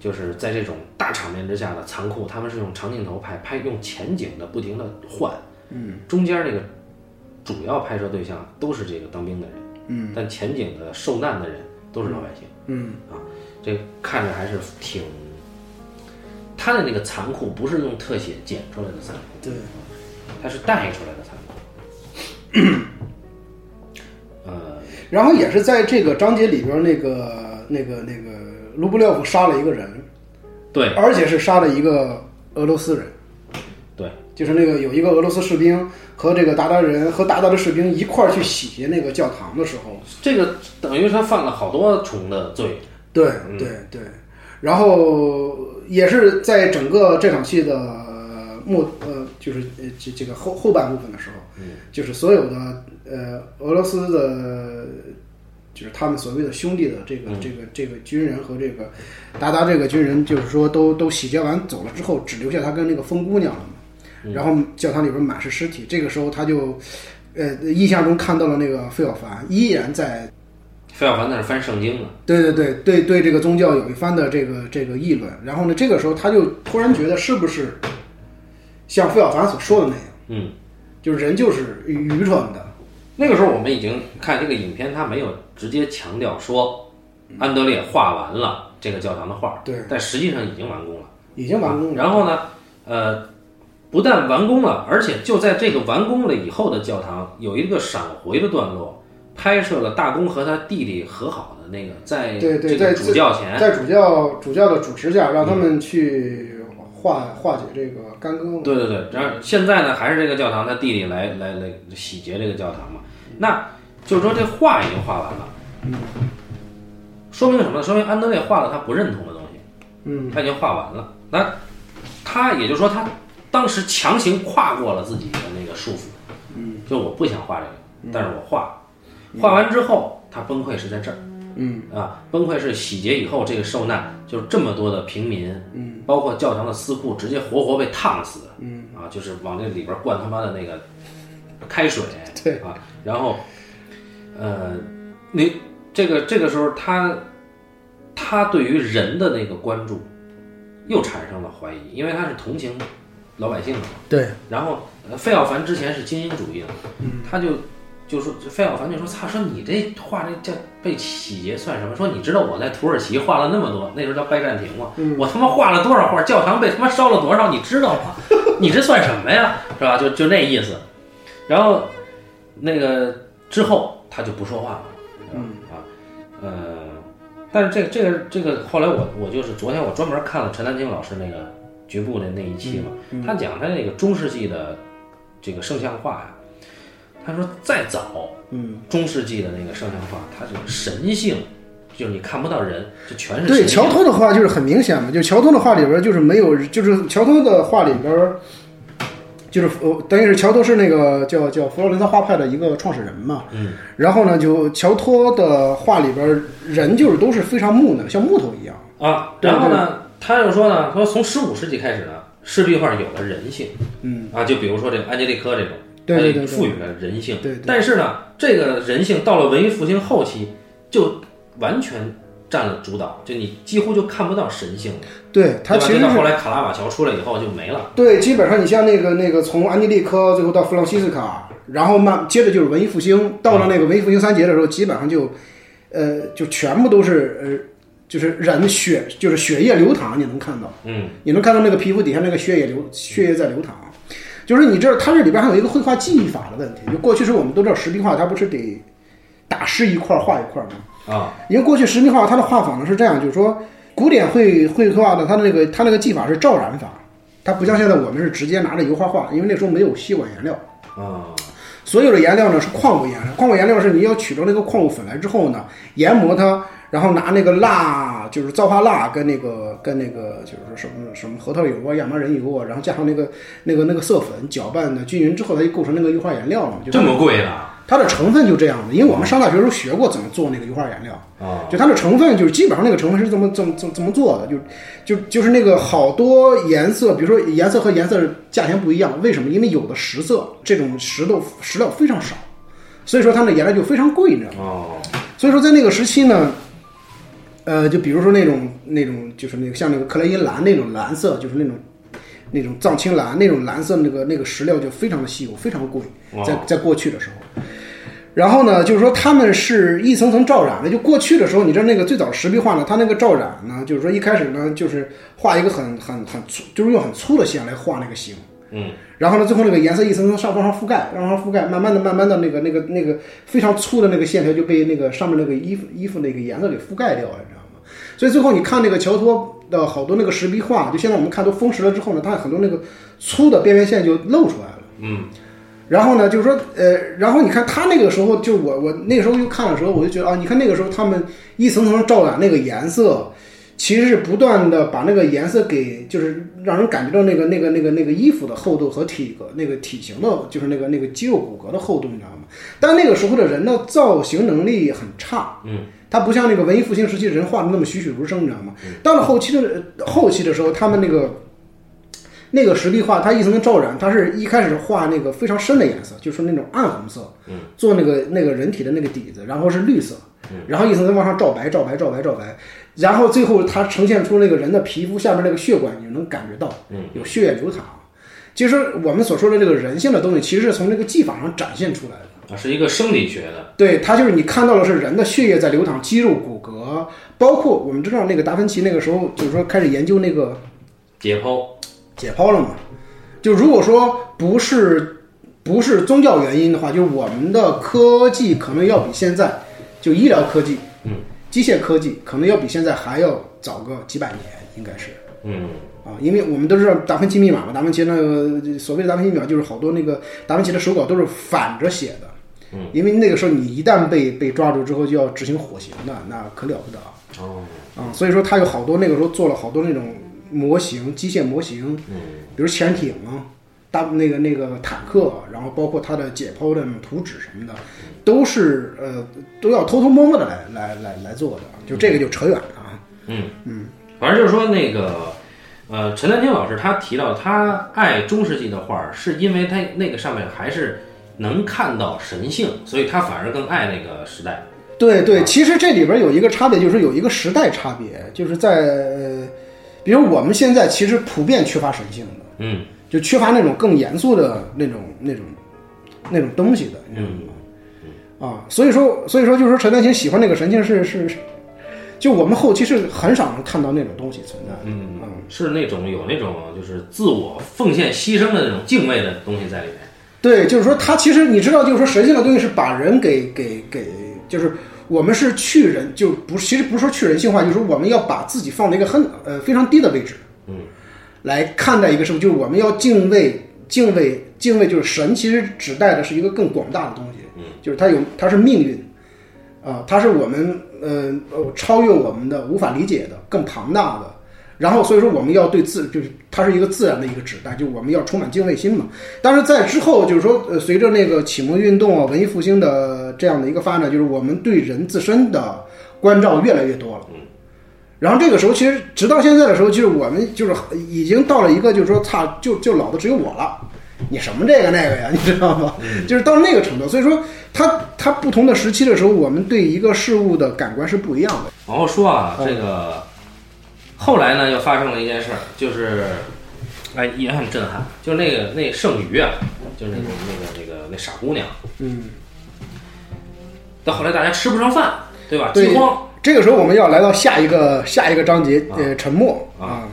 就是在这种大场面之下的残酷，他们是用长镜头拍，拍用前景的不停的换，嗯，中间这个主要拍摄对象都是这个当兵的人，嗯，但前景的受难的人都是老百姓，嗯啊，这个看着还是挺，他的那个残酷不是用特写剪出来的残酷，对，他是带出来的残酷，呃，然后也是在这个章节里边儿那个那个那个卢布廖夫杀了一个人，对而且是杀了一个俄罗斯人，对，就是那个有一个俄罗斯士兵和这个鞑靼人和鞑靼的士兵一块儿去洗那个教堂的时候，这个等于他犯了好多重的罪，对对对，然后也是在整个这场戏的呃末呃，就是呃这这个后后半部分的时候，就是所有的呃俄罗斯的，就是他们所谓的兄弟的这个、这个这个军人和这个达达这个军人，就是说都都洗劫完走了之后，只留下他跟那个疯姑娘了嘛。然后教堂里边满是尸体，这个时候他就，呃，印象中看到了那个费小凡依然在费小凡那是翻圣经呢。对对对对对，这个宗教有一番的这个这个议论。然后呢，这个时候他就突然觉得，是不是像费小凡所说的那样，嗯，就是人就是愚蠢的，那个时候我们已经看这个影片，它没有直接强调说安德烈画完了这个教堂的画，对，但实际上已经完工了。啊已经完工了。然后呢，呃，不但完工了，而且就在这个完工了以后的教堂有一个闪回的段落，拍摄了大公和他弟弟和好的那个，在对对这在个主教前，在主教主教的主持下，让他们去化化解这个干戈嘛。对对对，然后现在呢，还是这个教堂他弟弟来来来洗劫这个教堂嘛，那就是说这画已经画完了，说明什么呢？说明安德烈画了他不认同的东西，嗯，他已经画完了，那他也就是说他当时强行跨过了自己的那个束缚，嗯，就我不想画这个，但是我画，画完之后他崩溃是在这儿。嗯，啊，崩溃是洗劫以后这个受难，就是这么多的平民，嗯，包括教堂的司库直接活活被烫死，嗯，啊，就是往这里边灌他妈的那个开水，对啊，然后，呃，你这个这个时候他他对于人的那个关注又产生了怀疑，因为他是同情老百姓的嘛，对，然后呃费小凡之前是精英主义的，他就就说费小凡就说：“操，说你这画这这被洗劫算什么？说你知道我在土耳其画了那么多，那时候叫拜占庭嘛，我他妈画了多少画？教堂被他妈烧了多少？你知道 [laughs] 吗？你这算什么呀？是吧？就就那意思。然后那个之后他就不说话了，嗯啊，呃，但是这个这个这个后来我我就是昨天我专门看了陈丹青老师那个局部的那一期嘛，他讲他那个中世纪的这个圣像画呀、他说再早，嗯，中世纪的那个圣像画，它是神性，就是你看不到人，就全是对，神性乔托的话就是很明显嘛，就乔托的话里边就是没有，就是乔托的话里边就是呃，等于是乔托是那个叫叫佛罗伦萨画派的一个创始人嘛。嗯。然后呢，就乔托的画里边儿人就是都是非常木讷，像木头一样。啊，对然后呢，他又说呢，说从十五世纪开始呢，湿壁画有了人性，嗯，啊，就比如说这个安吉利科这种，对对对它对就赋予了人性，对对但是呢，这个人性到了文艺复兴后期就完全占了主导，就你几乎就看不到神性了，对他对吧其实就到是后来卡拉瓦乔出来以后就没了，对，基本上你像那个那个从安地利科最后到弗朗西斯卡，然后慢接着就是文艺复兴，到了那个文艺复兴三杰的时候，基本上就，呃，就全部都是呃，就是人血就是血液流淌，你能看到，嗯，你能看到那个皮肤底下那个血液流血液在流淌。就是你这儿，它这里边还有一个绘画技艺法的问题。就过去是我们都知道石壁画，它不是得打湿一块儿画一块儿吗？啊，因为过去石壁画它的画法呢是这样，就是说古典绘绘画呢，它的那个它那个技法是照染法，它不像现在我们是直接拿着油画画，因为那时候没有吸管颜料，啊，所有的颜料呢是矿物颜料，矿物颜料是你要取出那个矿物粉来之后呢，研磨它，然后拿那个蜡，就是皂化蜡跟那个跟那个就是什么什么核桃油啊、亚麻仁油啊，然后加上那个那个那个色粉搅拌的均匀之后，它就构成那个油画颜料了。就这它么贵啊，它的成分就这样的，因为我们上大学时候学过怎么做那个油画颜料。啊，就它的成分，就是基本上那个成分是怎么怎么怎么怎么做的，就就就是那个好多颜色，比如说颜色和颜色价钱不一样，为什么？因为有的实色这种石头石料非常少，所以说它们的颜料就非常贵，你知道吗？哦，所以说在那个时期呢，呃，就比如说那种那种就是那个像那个克莱因蓝那种蓝色，就是那种那种藏青蓝那种蓝色那个那个石料就非常的稀有，非常贵，哇在在过去的时候。然后呢，就是说他们是一层层罩染的。就过去的时候，你知道那个最早石壁画呢，它那个罩染呢，就是说一开始呢，就是画一个很很很粗，就是用很粗的线来画那个形。嗯，然后呢，最后那个颜色一层层上往上覆盖，往上覆盖，慢慢的、慢慢的，那个、那个、那个非常粗的那个线条就被那个上面那个衣服、衣服那个颜色给覆盖掉了，你知道吗？所以最后你看那个乔托的好多那个石壁画，就现在我们看都封实了之后呢，它很多那个粗的边缘线就露出来了。嗯，然后呢，就是说，呃，然后你看他那个时候，就我我那时候又看的时候，我就觉得啊，你看那个时候他们一层层罩染那个颜色，其实是不断的把那个颜色给，就是让人感觉到那个那个那个那个衣服的厚度和体格那个体型的，就是那个那个肌肉骨骼的厚度，你知道吗？但那个时候的人的造型能力很差，嗯，他不像那个文艺复兴时期人画的那么栩栩如生，你知道吗？到了后期的后期的时候，他们那个。那个石壁画，它一层层罩染，它是一开始画那个非常深的颜色，就是那种暗红色，做那个那个人体的那个底子，然后是绿色，然后一层层往上照白，照白，照白，照白，然后最后它呈现出那个人的皮肤下面那个血管，你能感觉到嗯有血液流淌。其实我们所说的这个人性的东西，其实是从这个技法上展现出来的。啊，是一个生理学的，对，它就是你看到的是人的血液在流淌，肌肉、骨骼，包括我们知道那个达芬奇那个时候就是说开始研究那个解剖，解剖了嘛。就如果说不是不是宗教原因的话，就是我们的科技可能要比现在就医疗科技，嗯，机械科技可能要比现在还要早个几百年，应该是。嗯，啊，因为我们都知道达芬奇密码嘛，达芬奇那个所谓的达芬奇密码就是好多那个达芬奇的手稿都是反着写的，嗯，因为那个时候你一旦被被抓住之后就要执行火刑的，那可了不得啊，哦，啊，所以说他有好多那个时候做了好多那种模型，机械模型，嗯，比如潜艇啊，大那个那个坦克，啊然后包括它的解剖的图纸什么的，都是呃都要偷偷摸摸的来来来来做的，就这个就扯远了啊。嗯反正就是说那个，呃，陈丹青老师他提到他爱中世纪的画儿，是因为他那个上面还是能看到神性，所以他反而更爱那个时代。对对，其实这里边有一个差别，就是有一个时代差别，就是在呃，比如我们现在其实普遍缺乏神性的，嗯，就缺乏那种更严肃的那种那种那种东西的，你知嗯道吗？啊，所以说所以说就是说陈丹青喜欢那个神性是是，是就我们后期是很少能看到那种东西存在的，嗯是那种有那种就是自我奉献、牺牲的那种敬畏的东西在里面。对，就是说他其实你知道，就是说神性的东西是把人给给给，就是我们是去人，就不其实不是说去人性化，就是说我们要把自己放在一个很呃非常低的位置，嗯，来看待一个事物，就是我们要敬畏敬畏敬畏，就是神其实指代的是一个更广大的东西，嗯，就是它有它是命运，啊、它是我们呃呃超越我们的无法理解的更庞大的。然后所以说我们要对自就是它是一个自然的一个指代，就我们要充满敬畏心嘛。但是在之后就是说，呃，随着那个启蒙运动啊、文艺复兴的这样的一个发展，就是我们对人自身的关照越来越多了。然后这个时候，其实直到现在的时候，就是我们就是已经到了一个就是说，差就就老子只有我了，你什么这个那个呀，你知道吗？ [laughs] 就是到那个程度。所以说，它它不同的时期的时候，我们对一个事物的感官是不一样的。往后说啊，嗯这个后来呢，又发生了一件事儿，就是哎也很震撼，就是那个那剩余啊，就是那个那个那个那傻姑娘，嗯，到后来大家吃不上饭，对吧？啊对饥荒，这个时候我们要来到下一个下一个章节，呃，沉默啊啊。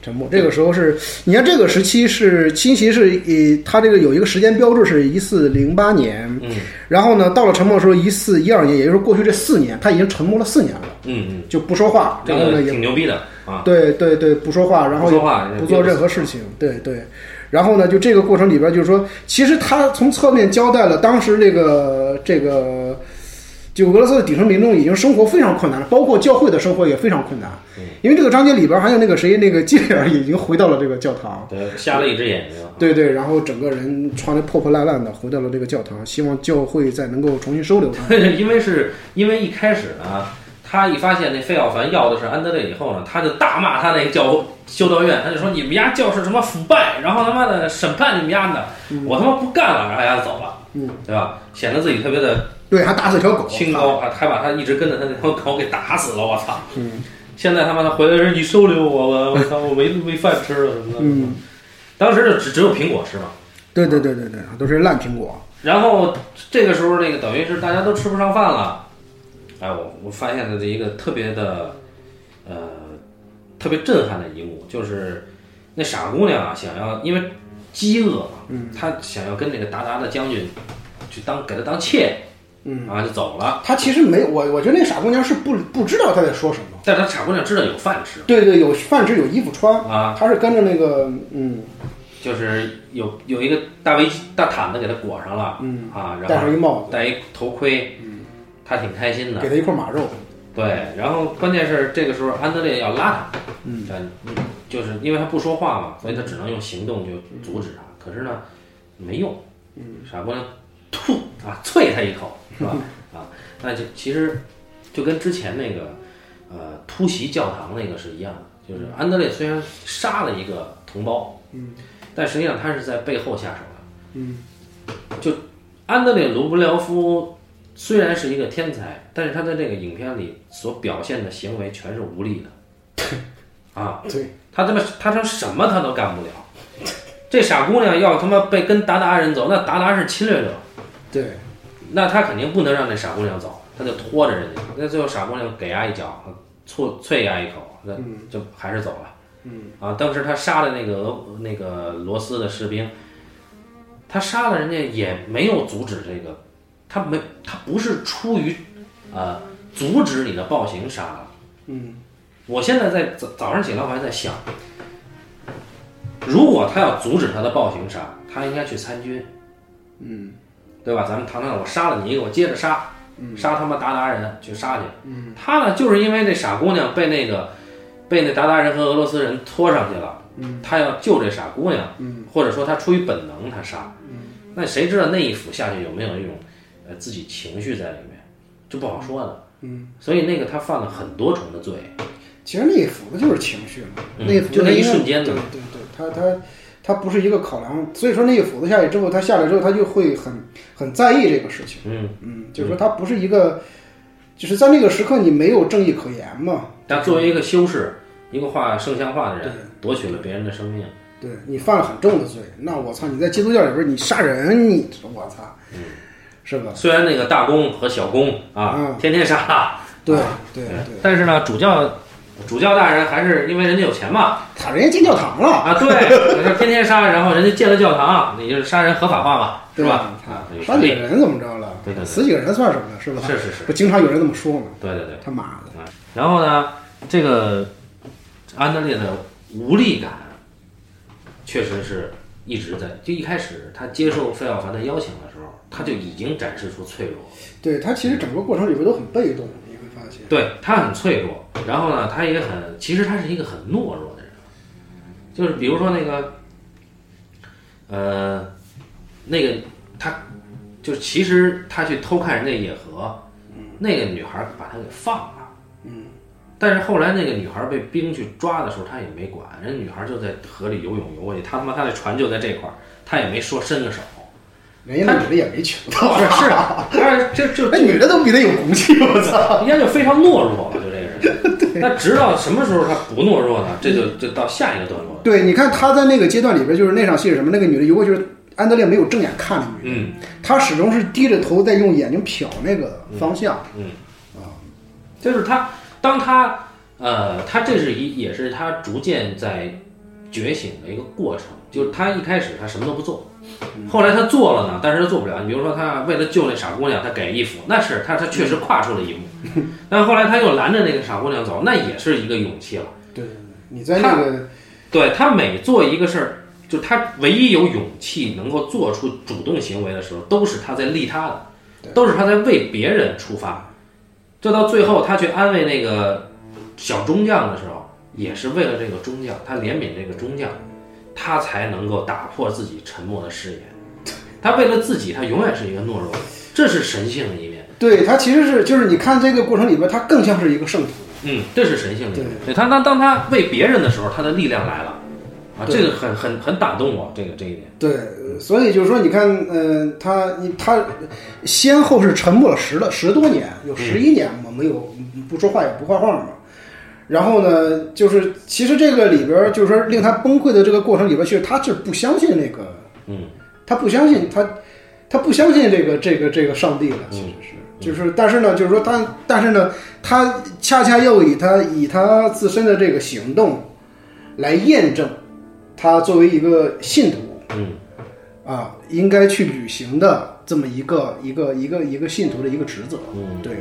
沉默，这个时候是，你看这个时期是侵袭是，以呃它这个有一个时间标志是一四零八年，嗯然后呢，到了沉默的时候一四一二年，也就是过去这四年，他已经沉默了四年了。嗯嗯，就不说话，这然后呢个也挺牛逼的啊，对对对不说话，然后不说话也不做任何事情，对对。然后呢，就这个过程里边，就是说，其实他从侧面交代了当时这个这个，就俄罗斯的底层民众已经生活非常困难了，包括教会的生活也非常困难，因为这个章节里边还有那个谁，那个基里尔已经回到了这个教堂。对，瞎了一只眼睛，啊对对，然后整个人穿的破破烂烂的回到了这个教堂，希望教会再能够重新收留他。 [laughs] 因为是因为一开始呢，他一发现那费奥凡要的是安德烈以后呢，他就大骂他那个教修道院，他就说你们家教是什么腐败，然后他妈的审判你们家的，我他妈不干了，然后他走了，嗯，对吧？显得自己特别的对，还打死条狗，清高啊，还把他一直跟着他那条狗给打死了，我操！嗯现在他妈的回来说你收留我吧，我操，我没没饭吃了什么的，嗯，当时就只只有苹果吃嘛。对对对对对，都是烂苹果。然后这个时候，那个等于是大家都吃不上饭了。哎，我我发现了一个特别的，呃，特别震撼的一幕，就是那傻姑娘啊，想要因为饥饿嘛，嗯她想要跟那个达达的将军去当给他当妾，嗯啊，就走了。他其实没我，我觉得那傻姑娘是不不知道她在说什么。但是她傻姑娘知道有饭吃对对，有饭吃，有衣服穿，啊，她是跟着那个嗯，就是有有一个大围大毯子给她裹上了，嗯啊，戴然上一嗯帽后戴一头盔，她挺开心子，的。给她一块马肉。对，然后关键是这个时候安德烈要拉他，嗯啊，就是因为他不说话嘛，所以他只能用行动就阻止他。可是呢，没用，傻姑娘吐啊，啐他一口，是 [laughs] 吧？啊，那就其实就跟之前那个呃突袭教堂那个是一样的，就是安德烈虽然杀了一个同胞，嗯，但实际上他是在背后下手的，嗯，就安德烈卢布廖夫虽然是一个天才，但是他在这个影片里所表现的行为全是无力的，啊，对，他他妈他说什么他都干不了。这傻姑娘要他妈被跟达达人走，那达达是侵略者，对，那他肯定不能让那傻姑娘走，他就拖着人家。那最后傻姑娘给丫一脚，啐啐丫一口，那就还是走了。嗯啊，当时他杀了那个俄那个罗斯的士兵，他杀了人家也没有阻止这个，他没他不是出于呃阻止你的暴行杀了。嗯，我现在在早早上起来我还在想，如果他要阻止他的暴行杀，他应该去参军。对吧？咱们谈谈，我杀了你一个，我接着杀，杀他妈鞑靼人去杀去。他呢，就是因为那傻姑娘被那个被那鞑靼人和俄罗斯人拖上去了，他要救这傻姑娘，或者说他出于本能他杀，那谁知道那一斧下去有没有一种呃自己情绪在里面，这不好说的。所以那个他犯了很多重的罪，其实那一斧子就是情绪嘛，嗯那一斧子就那一应该瞬间的对对对，他他他不是一个考量，所以说那一斧子下去之后，他下来之后，他就会很很在意这个事情。嗯，嗯，就是说他不是一个，就是在那个时刻你没有正义可言嘛。但作为一个修士，一个画圣像画的人，夺取了别人的生命。对你犯了很重的罪，那我操！你在基督教里边你杀人，你我操，嗯是吧？虽然那个大公和小公啊，天天杀，对啊对对，嗯但是呢，主教主教大人还是因为人家有钱嘛他人家进教堂了，啊，对，他天天杀，然后人家建了教堂，你就是杀人合法化嘛，是对吧？啊啊，有杀权几利个人怎么着了？对对对死几个人算什么呢？是吧？是是是，不经常有人这么说吗？对对对。他妈的，然后呢，这个安德烈的无力感确实是一直在，就一开始他接受费奥凡的邀请的时候，他就已经展示出脆弱，对他其实整个过程里边都很被动，你会发现。对他很脆弱，然后呢，他也很，其实他是一个很懦弱的人，就是比如说那个，呃，那个他，就是其实他去偷看人家野河，那个女孩儿把他给放了。但是后来那个女孩被兵去抓的时候，他也没管，人女孩就在河里游泳游过去，他妈他的船就在这块儿，他也没说伸个手。人家女的也没求到， [laughs] 是啊，但是这就那女的都比他有骨气，我操！人家就非常懦弱了，就这个人。那直到什么时候他不懦弱呢？这就就到下一个段落了。对，你看他在那个阶段里边，就是那场戏是什么？那个女的游过去，安德烈没有正眼看那女的，嗯他始终是低着头在用眼睛瞟那个方向。嗯，啊，就是他，当他呃，他这是一也是他逐渐在觉醒的一个过程。就是他一开始他什么都不做，后来他做了呢，但是他做不了。你比如说他为了救那傻姑娘，他给一幅，那是他他确实跨出了一步， [laughs] 但后来他又拦着那个傻姑娘走，那也是一个勇气了。对，嗯你在那个对他每做一个事儿，就他唯一有勇气能够做出主动行为的时候，都是他在利他的，都是他在为别人出发。这到最后，他去安慰那个小中将的时候，也是为了这个中将，他怜悯这个中将，他才能够打破自己沉默的誓言。他为了自己，他永远是一个懦弱的，这是神性的一面。对他其实是就是你看这个过程里边，他更像是一个圣徒。嗯，这是神性的一面。对他，当当他为别人的时候，他的力量来了，啊，这个很很很打动我，这个这一点。对，呃所以就是说，你看，呃，他你他先后是沉默了十了十多年，有十一年嘛，没有嗯不说话也不画画嘛。然后呢，就是其实这个里边儿，就是说令他崩溃的这个过程里边，其实他是不相信那个，嗯，他不相信他，他不相信这个这个这个上帝了，嗯其实是。就是，但是呢，就是说他，但是呢，他恰恰又以他以他自身的这个行动来验证他作为一个信徒，嗯，啊，应该去履行的这么一个一个一个一个信徒的一个职责。嗯，对，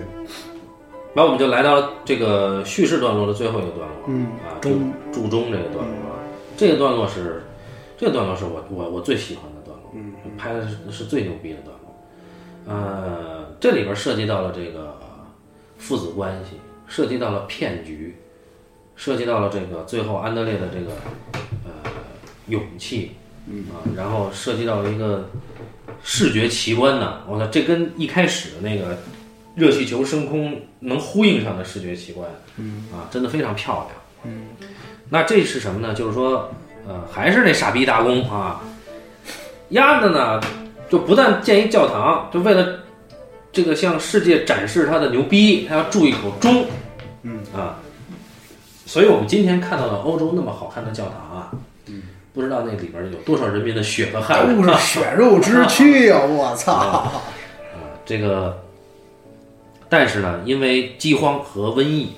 然后我们就来到了这个叙事段落的最后一个段落，嗯啊，注中注中这个段落啊，这个段落是这个段落是我我我最喜欢的段落，嗯，拍的是是最牛逼的段落，呃，这里边涉及到了这个父子关系，涉及到了骗局，涉及到了这个最后安德烈的这个呃勇气，嗯啊，然后涉及到了一个视觉奇观呐、我操，这跟一开始的那个热气球升空能呼应上的视觉奇观，嗯啊，真的非常漂亮。嗯，那这是什么呢？就是说，呃，还是那傻逼大公啊，丫的呢，就不但建一教堂，就为了这个向世界展示他的牛逼，他要铸一口钟，嗯啊，所以我们今天看到了欧洲那么好看的教堂啊，嗯，不知道那里边有多少人民的血和汗都哎是血肉之躯呀、我操！啊，这个，但是呢，因为饥荒和瘟疫，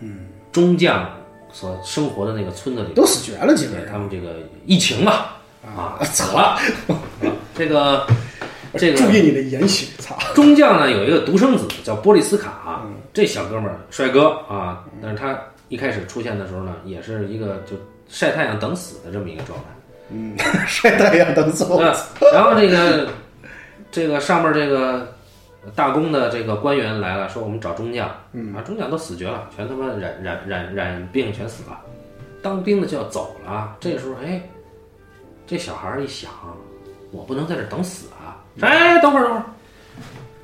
嗯，中将所生活的那个村子里，都死绝了，基本对上。他们这个疫情嘛，啊，[laughs] 死了，这个这注个意你的言行，操！ [laughs] 中将呢有一个独生子叫波利斯卡、嗯这小哥们儿帅哥啊，但是他一开始出现的时候呢，也是一个就晒太阳等死的这么一个状态。晒太阳等 [laughs] 走。嗯，然后这个这个上面这个大公的这个官员来了，说我们找中将，嗯、啊，中将都死绝了，全他妈染染染染病全死了，当兵的就要走了。这时候，哎，这小孩儿一想，我不能在这儿等死啊！哎，等会儿，等会儿。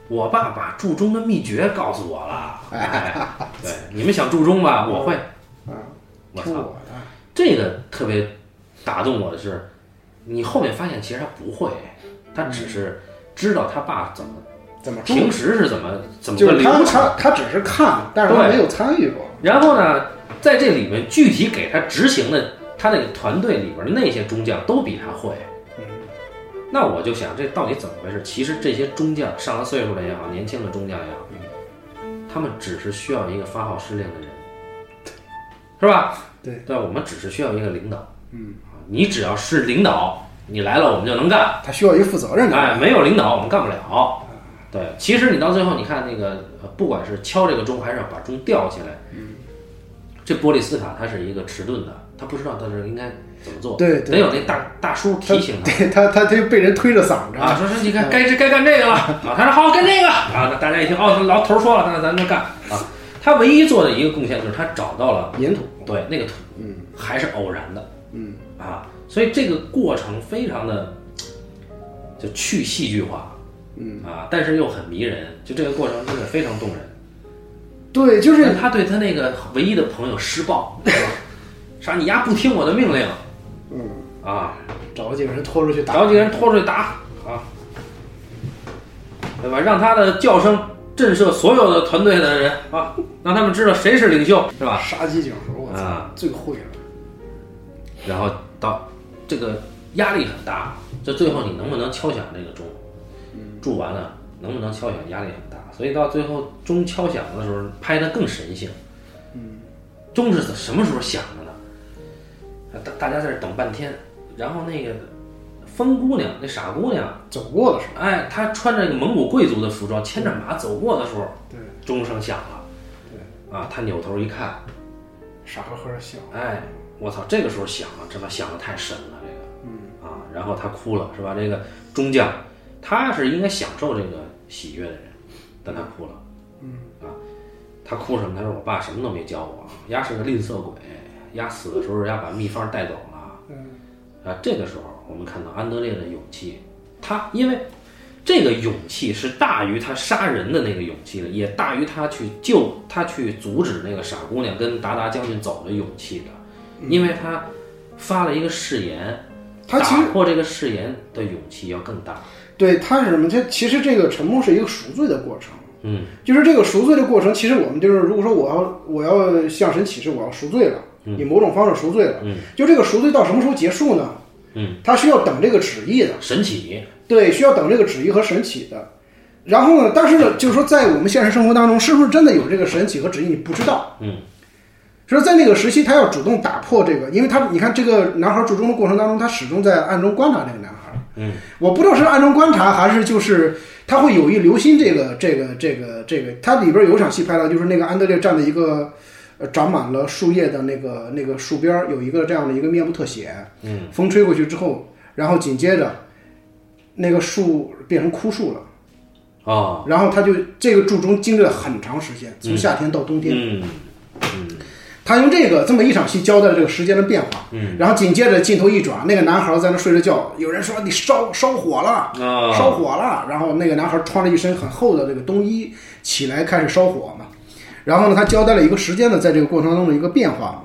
我爸把铸钟的秘诀告诉我了，哎，对，你们想铸钟吧？我会，呃啊我听操，我的，这个特别打动我的是，你后面发现其实他不会，他嗯只是知道他爸怎么怎么住？平时是怎么怎么就个是他流程。他他只是看，但是他对没有参与过。然后呢，在这里面具体给他执行的他那个团队里边那些中将都比他会。那我就想，这到底怎么回事？其实这些中将上了岁数的也好，年轻的中将也好，他们只是需要一个发号施令的人， [laughs] 是吧？对，对，我们只是需要一个领导。嗯，你只要是领导，你来了我们就能干。他需要一个负责任的人。哎，没有领导我们干不了。对，其实你到最后，你看那个，呃不管是敲这个钟，还是把钟吊起来，嗯这波利斯卡他是一个迟钝的，他不知道他是应该怎么做，对对得有那大大叔提醒 [laughs] 他。对他他他就被人推着嗓啊，子，说是你看该该干这个了啊，他说好干这个啊，那大家一听哦，老头儿说了，那咱就干啊。他他唯一做的一个贡献就是他找到了岩土，对那个土，嗯，还是偶然的，嗯啊，所以这个过程非常的就去戏剧化，嗯啊，但是又很迷人，就这个过程真的非常动人。对，就是但他对他那个唯一的朋友施暴，是吧啥你丫不听我的命令，嗯啊，找了几个人拖出去打，找几个人拖出去打啊，对吧？让他的叫声震慑所有的团队的人啊，让他们知道谁是领袖，是吧？杀鸡儆猴，我操啊，最会了。然后到这个压力很大，这最后你能不能敲响这个钟？住完了能不能敲响？压力很大，所以到最后钟敲响的时候拍的更神性。嗯，钟是什么时候响的呢？啊大大家在这等半天，然后那个疯姑娘，那傻姑娘，走过的时哎，她穿着一个蒙古贵族的服装，牵着马走过的时候，候，对，钟声响了。对，啊，她扭头一看，傻呵呵的笑，哎，我操，这个时候想啊，这他妈想的太深了，这个，嗯啊，然后他哭了，是吧？这个中将，他是应该享受这个喜悦的人，但他哭了，嗯啊，他哭什么？他说我爸什么都没教我，丫是个吝啬鬼，丫死的时候丫把秘方带走了，嗯啊，这个时候我们看到安德烈的勇气，他因为。这个勇气是大于他杀人的那个勇气的，也大于他去救他去阻止那个傻姑娘跟达达将军走的勇气的，因为他发了一个誓言，嗯他其实打破这个誓言的勇气要更大。对，他是什么？他其实这个沉默是一个赎罪的过程。嗯，就是这个赎罪的过程，其实我们就是，如果说我要我要向神起誓，我要赎罪了，以某种方式赎罪了，嗯，就这个赎罪到什么时候结束呢？嗯，他需要等这个旨意的，神奇，对，需要等这个旨意和神启的。然后呢，但是呢，就是说，在我们现实生活当中，是不是真的有这个神启和旨意，你不知道。嗯，就是在那个时期，他要主动打破这个，因为他你看这个男孩儿注中的过程当中，他始终在暗中观察这个男孩。嗯，我不知道是暗中观察还是就是他会有意留心这个这个这个这个。他里边有一场戏拍到，就是那个安德烈站在一个呃长满了树叶的那个那个树边儿，有一个这样的一个面部特写。嗯，风吹过去之后，然后紧接着。那个树变成枯树了，哦，然后他就这个柱中经历了很长时间，从夏天到冬天，嗯，他用这个这么一场戏交代了这个时间的变化，嗯，然后紧接着镜头一转，那个男孩在那睡着觉，有人说你烧烧火了，啊烧火了，然后那个男孩穿了一身很厚的这个冬衣起来开始烧火嘛，然后呢，他交代了一个时间的在这个过程当中的一个变化嘛，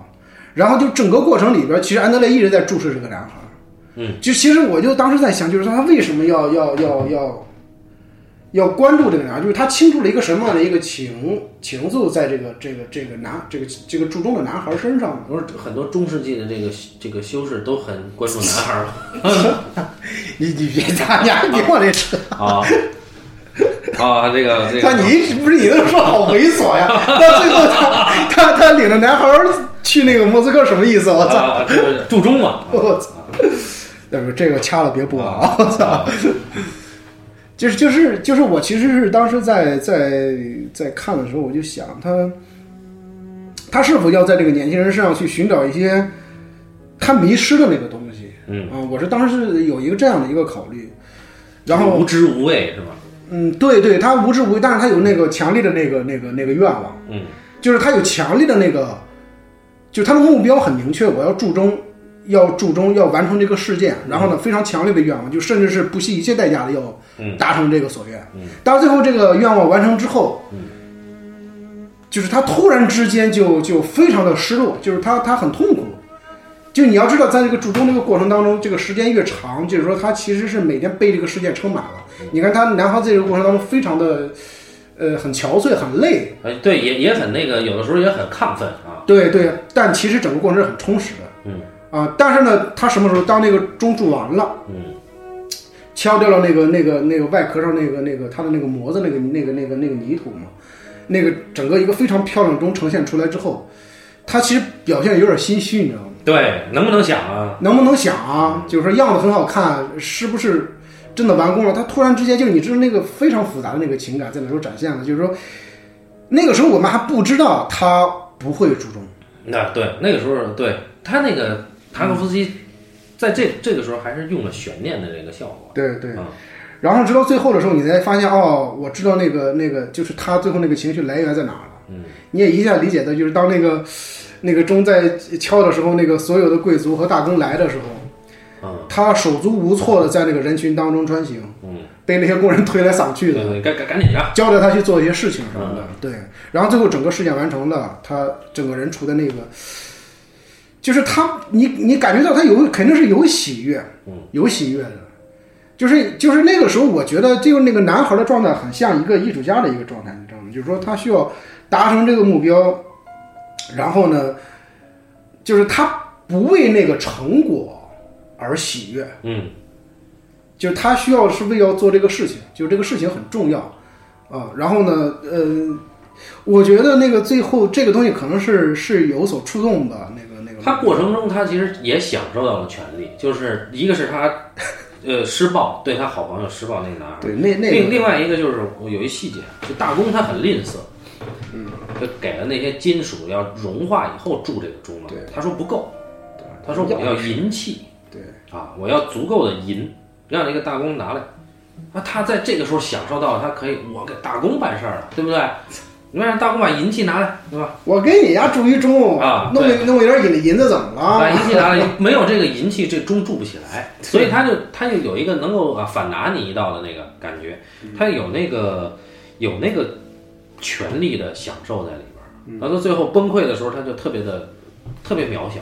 然后就整个过程里边，其实安德烈一直在注视这个男孩，嗯，就其实我就当时在想，就是说他为什么要要要要要关注这个男孩，就是他倾注了一个什么样的一个情情愫在这个这个这个男这个这个注重的男孩身上呢？不是很多中世纪的这个这个修士都很关注男孩儿你你别大家别往这扯， [laughs] 啊 [laughs] 啊，这个这但个，你不是你都说好猥琐呀？到最后他他他领着男孩去那个莫斯科什么意思？我 [laughs] 操！啊，这个注中嘛，我操！要不这个掐了别播啊！我操！就是就是就是我其实是当时在在在看的时候，我就想他他是否要在这个年轻人身上去寻找一些他迷失的那个东西？嗯啊，我是当时是有一个这样的一个考虑，然后无知无畏是吧？嗯，对对，他无知无畏，但是他有那个强烈的那个那个那个愿望，嗯，就是他有强烈的那个，就是他的目标很明确，我要注中，要注中，要完成这个事件，然后呢，非常强烈的愿望，就甚至是不惜一切代价的要达成这个所愿。嗯，但是最后这个愿望完成之后，就是他突然之间就就非常的失落，就是他他很痛苦。就你要知道，在这个注中这个过程当中，这个时间越长，就是说他其实是每天被这个事件撑满了。你看他南方这个过程当中非常的，呃，很憔悴，很累，哎，对，也也很那个，有的时候也很亢奋啊，对对，但其实整个过程是很充实的。嗯啊，但是呢，他什么时候当那个钟注完了，嗯敲掉了那个那个那个外壳上那个那个它的那个模子那个那个那个那个泥土嘛，那个整个一个非常漂亮的钟呈现出来之后，他其实表现得有点心虚，你知道吗？对，能不能想啊？能不能想啊？就是说样子很好看，是不是真的完工了？他突然之间就是你知道那个非常复杂的那个情感在哪时候展现了？就是说那个时候我们还不知道他不会注重。那对，那个时候对他那个塔可夫斯基，在这这个时候还是用了悬念的这个效果，对对嗯。然后直到最后的时候，你才发现哦，我知道那个那个就是他最后那个情绪来源在哪儿了。嗯，你也一下理解到，就是当那个那个钟在敲的时候，那个所有的贵族和大公来的时候，啊，他手足无措的在那个人群当中穿行，嗯，被那些工人推来搡去的，对对，赶赶赶紧的，交代他去做一些事情什么的，对。然后最后整个事件完成了，他整个人处在那个，就是他，你你感觉到他有肯定是有喜悦，有喜悦的，就是就是那个时候，我觉得就那个男孩的状态很像一个艺术家的一个状态，你知道吗？就是说他需要达成这个目标，然后呢，就是他不为那个成果而喜悦。嗯就是他需要是为要做这个事情，就是这个事情很重要啊。然后呢，呃，我觉得那个最后这个东西可能是是有所触动吧，那个那个。他过程中他其实也享受到了权利，就是一个是他，呃，施暴对他好朋友施暴那个男孩，对那那另个另外一个就是我有一细节，就大公他很吝啬，嗯，就给了那些金属要融化以后铸这个钟了，对他说不够，他说我要银器对啊，我要足够的银，让那个大公拿来。啊，他在这个时候享受到了，他可以我给大公办事儿了，对不对？你让大公把银器拿来，对吧？我给你家注一钟啊弄对个弄个点银银子怎么把银了？器拿来，没有这个银器，这钟铸不起来， [laughs] 所以他就他就有一个能够啊反拿你一道的那个感觉，嗯他有那个有那个权力的享受在里边儿。嗯然后到最后崩溃的时候，他就特别的特别渺小，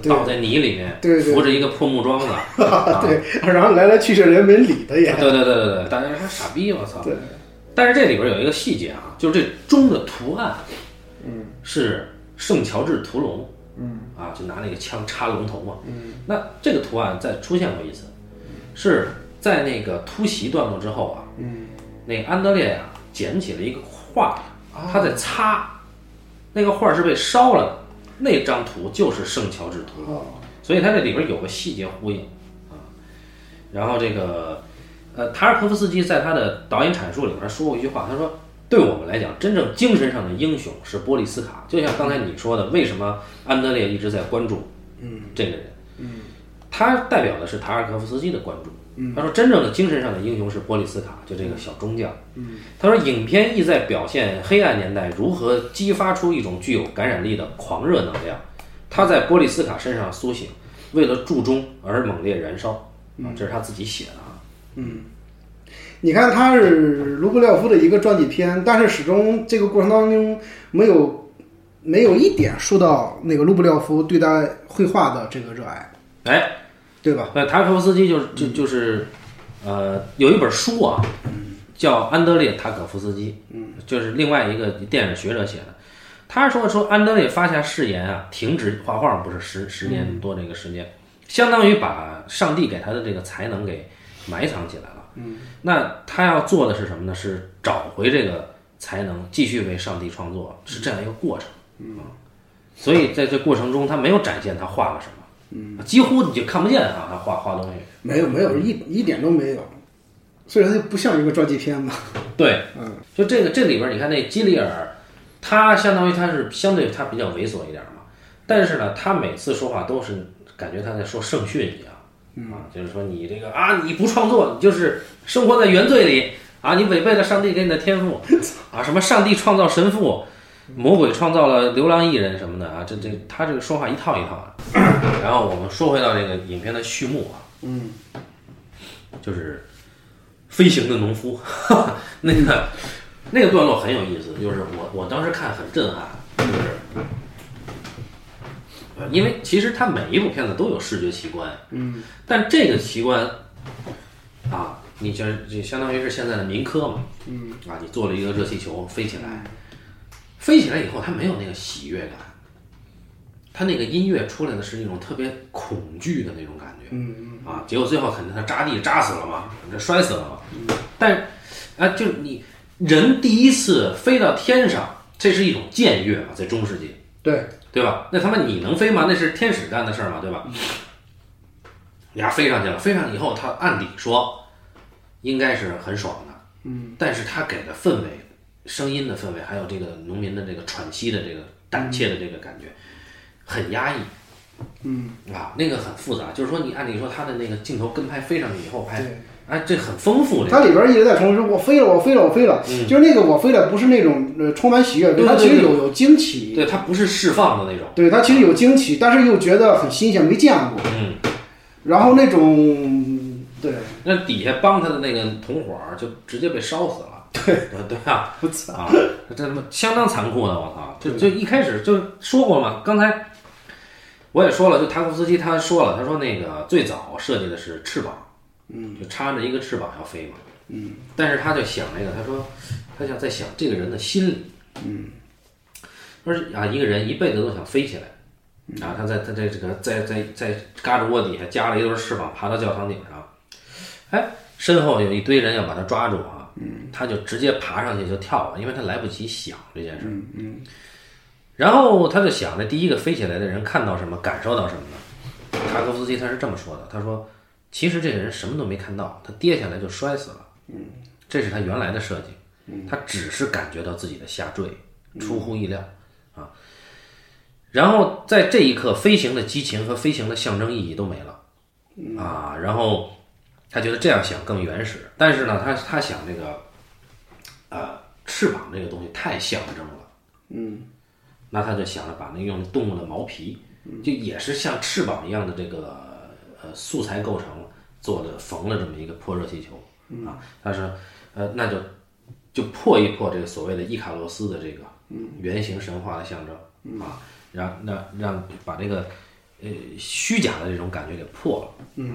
对倒在泥里面，对对对扶着一个破木桩子， [laughs] 啊对，然后来来去去人没理他也。对对对对对，大家说傻逼，我操！对，但是这里边有一个细节啊，就是这钟的图案，嗯，是圣乔治屠龙，嗯，啊，就拿那个枪插龙头嘛，嗯，那这个图案再出现过一次，是在那个突袭段落之后啊，嗯，那安德烈呀、啊捡起了一个画，啊他在擦，那个画是被烧了的，那张图就是圣乔治屠龙，哦，所以它这里边有个细节呼应啊。然后这个呃，塔尔科夫斯基在他的导演阐述里边说过一句话，他说：“对我们来讲，真正精神上的英雄是波利斯卡。”就像刚才你说的，为什么安德烈一直在关注嗯这个人？嗯，他代表的是塔尔科夫斯基的关注。他说：“真正的精神上的英雄是波利斯卡，就这个小中将。”嗯，他说：“影片意在表现黑暗年代如何激发出一种具有感染力的狂热能量，他在波利斯卡身上苏醒，为了铸钟而猛烈燃烧。”啊，这是他自己写的啊。你看他是卢布廖夫的一个传记片，但是始终这个过程当中没有没有一点说到那个卢布廖夫对待绘画的这个热爱，哎，对吧？那塔可夫斯基就是就就是，呃，有一本书啊，叫《安德烈·塔可夫斯基》，嗯，就是另外一个电影学者写的。他说说安德烈发下誓言啊，停止画画不是十十年多这个时间，相当于把上帝给他的这个才能给埋藏起来了。嗯，那他要做的是什么呢？是找回这个才能，继续为上帝创作，是这样一个过程。嗯，所以在这过程中，他没有展现他画了什么。几乎你就看不见啊，他画画东西。没有没有一一点都没有，所以它就不像一个传记片嘛。对，嗯，就这个这里边儿你看那基里尔，他相当于他是相对他比较猥琐一点儿嘛，但是呢，他每次说话都是感觉他在说圣训一样，啊，就是说你这个啊，你不创作，你就是生活在原罪里啊，你违背了上帝给你的天赋啊，什么上帝创造神父，魔鬼创造了流浪艺人什么的啊，这这他这个说话一套一套的。然后我们说回到这个影片的序幕啊，嗯，就是飞行的农夫， [laughs] 那个那个段落很有意思，就是我我当时看很震撼，就是。呃因为其实它每一部片子都有视觉奇观，嗯，但这个奇观啊，你这这相当于是现在的民科嘛，嗯，啊，你做了一个热气球飞起来，飞起来以后它没有那个喜悦感，它那个音乐出来的是一种特别恐惧的那种感觉，嗯嗯，啊，结果最后肯定它扎地扎死了嘛，这摔死了嘛，但是啊，就是你人第一次飞到天上，这是一种僭越啊，在中世纪，对，对吧？那他妈你能飞吗？那是天使干的事儿嘛，对吧？你丫飞上去了，飞上以后，他按理说应该是很爽的，嗯，但是他给的氛围、声音的氛围，还有这个农民的这个喘息的这个胆怯的这个感觉，很压抑，嗯，啊，那个很复杂，就是说你按理说他的那个镜头跟拍飞上去以后拍对，啊，哎，这很丰富，这它里边一直在重复说“我飞了，我飞了，我飞了”，就是那个“我飞了”不是那种呃充满喜悦，对它嗯对其实对有有惊奇，对它不是释放的那种，对它其实有惊奇，但是又觉得很新鲜，没见过。嗯，然后那种对，那底下帮他的那个同伙儿就直接被烧死了，对 [laughs] 对啊，我操，啊，这他妈相当残酷的，我操！就就一开始就说过嘛，刚才我也说了，就塔可夫斯基他说了，他说那个最早设计的是翅膀，嗯，就插着一个翅膀要飞嘛，嗯，但是他就想那个，他说他想在想这个人的心理，嗯，说啊，一个人一辈子都想飞起来。啊，他在他在这个在在在嘎吱窝底下加了一对翅膀，爬到教堂顶上，哎，身后有一堆人要把他抓住啊，他就直接爬上去就跳了，因为他来不及想这件事。嗯嗯。然后他就想着第一个飞起来的人看到什么，感受到什么呢？塔科夫斯基他是这么说的，他说：“其实这个人什么都没看到，他跌下来就摔死了。”嗯，这是他原来的设计。他只是感觉到自己的下坠出乎意料啊。然后在这一刻，飞行的激情和飞行的象征意义都没了啊。然后他觉得这样想更原始，但是呢，他他想这个呃，翅膀这个东西太象征了，嗯，那他就想着把那用动物的毛皮，就也是像翅膀一样的这个呃素材构成做的缝了这么一个破热气球、啊，他说呃那就就破一破这个所谓的伊卡洛斯的这个原型神话的象征啊，让那让把这个呃虚假的这种感觉给破了，嗯，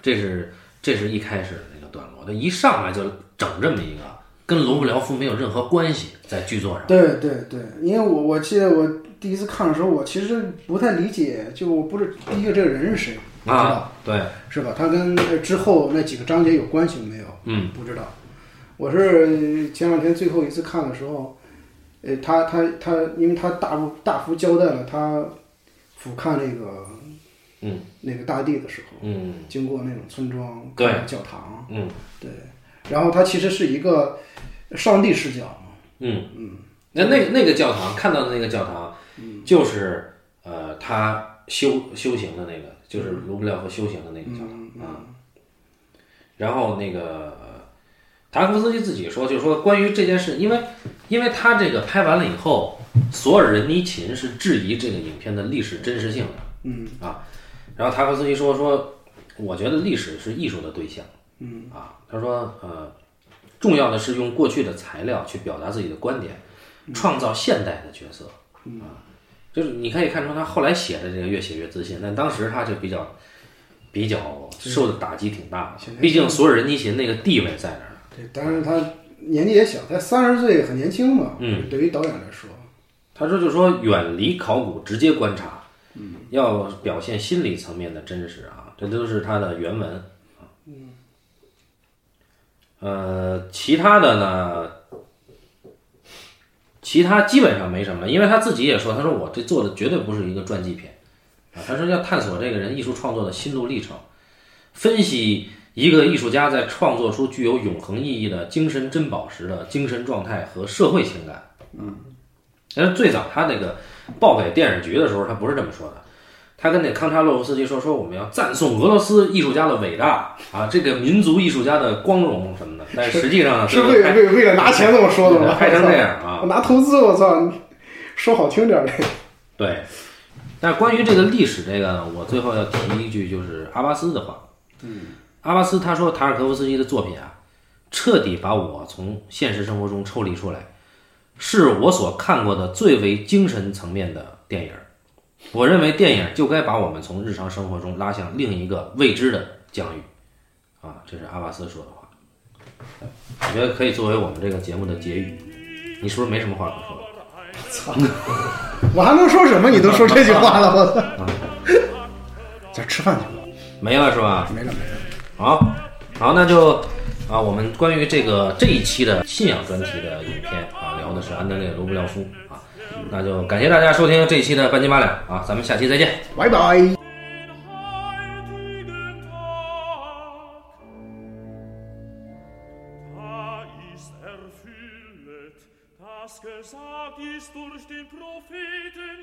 这是这是一开始的那个段落，那一上来就整这么一个。跟罗布廖夫没有任何关系，在剧作上。对对对，因为我我记得我第一次看的时候，我其实不太理解，就我不是第一个这个人是谁，不知道啊，对，是吧？他跟呃之后那几个章节有关系没有？嗯，不知道。我是前两天最后一次看的时候，呃，他他他，因为他大幅大幅交代了他俯瞰那个嗯那个大地的时候，嗯经过那种村庄、对教堂，嗯对，然后他其实是一个上帝视角嘛，嗯嗯。那那那个教堂看到的那个教堂，嗯就是呃，他修修行的那个，就是卢布廖夫修行的那个教嗯堂啊。然后那个呃塔可夫斯基自己说，就是说关于这件事，因为因为他这个拍完了以后，索尔仁尼琴是质疑这个影片的历史真实性的。嗯啊，然后塔可夫斯基说说，我觉得历史是艺术的对象。嗯啊，他说呃，重要的是用过去的材料去表达自己的观点，嗯创造现代的角色。啊，就是你可以看出他后来写的这个越写越自信，但当时他就比较比较受的打击挺大的现，在毕竟索尔仁尼琴那个地位在那儿。对，当然他年纪也小，才三十岁，很年轻嘛，嗯，对于导演来说，他说就说远离考古，直接观察，嗯，要表现心理层面的真实啊，这都是他的原文啊。嗯，呃，其他的呢，其他基本上没什么了，因为他自己也说，他说我这做的绝对不是一个传记片啊，他说要探索这个人艺术创作的心路历程，分析。一个艺术家在创作出具有永恒意义的精神珍宝时的精神状态和社会情感，但是最早他那个报给电视局的时候，他不是这么说的，他跟那康查洛夫斯基说：“说我们要赞颂俄罗斯艺术家的伟大啊，这个民族艺术家的光荣什么的。”但啊是实际上呢， [laughs] 是这个为拍为为了拿钱这么说 [laughs] 的吗？拍成这样啊我，拿投资，我操，你说好听点儿嘞，对。但是关于这个历史这个呢，我最后要提一句，就是阿巴斯的话。嗯，阿巴斯他说，塔尔科夫斯基的作品啊，彻底把我从现实生活中抽离出来，是我所看过的最为精神层面的电影儿。我认为电影就该把我们从日常生活中拉向另一个未知的疆域。啊，这是阿巴斯说的话，我觉得可以作为我们这个节目的结语。你是不是没什么话可说了？我还能说什么？你都说这句话了，我操！咱吃饭去吧，没了是吧？没了没了。好，好，那就啊，我们关于这个这一期的信仰专题的影片啊，聊的是安德烈·罗布廖夫啊，那就感谢大家收听这一期的半斤八两啊，咱们下期再见。拜拜。 heiligen Tag. Da ist erfüllet, das gesagt ist durch den Propheten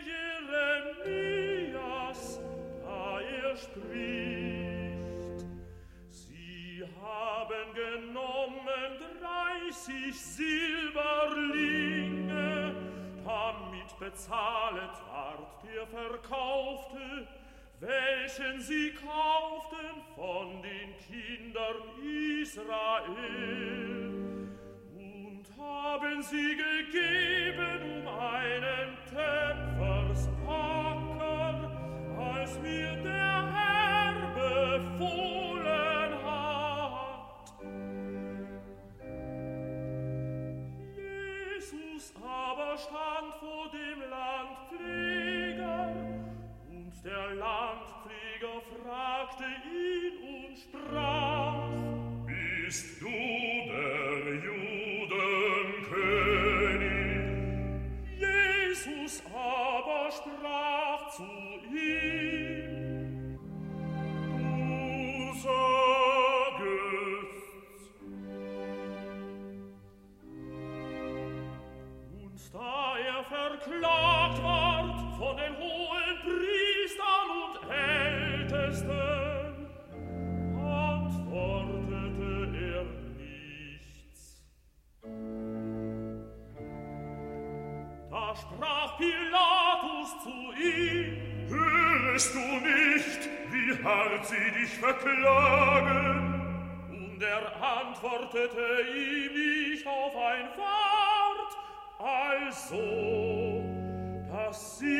Jeremias, da er spricht. Sie bezahlet ward ihr Verkaufte, welchen sie kauften von den Kindern Israel. Und haben sie gegeben um einen Töpferspacker, als mir der Herr befohlen hat. Jesus aber stand vor dem Landpfleger, und der Landpfleger fragte ihn und sprach, Bist du der Judenkönig? Jesus aber sprach zu ihm, Du sagest, Und da er verklagt ward von den hohen Priestern und Ältesten, antwortete er nichts. Da sprach Pilatus zu ihm, Hörest du nicht, wie hart sie dich verklagen? Und er antwortete ihm nicht auf ein Wort, also, dass sie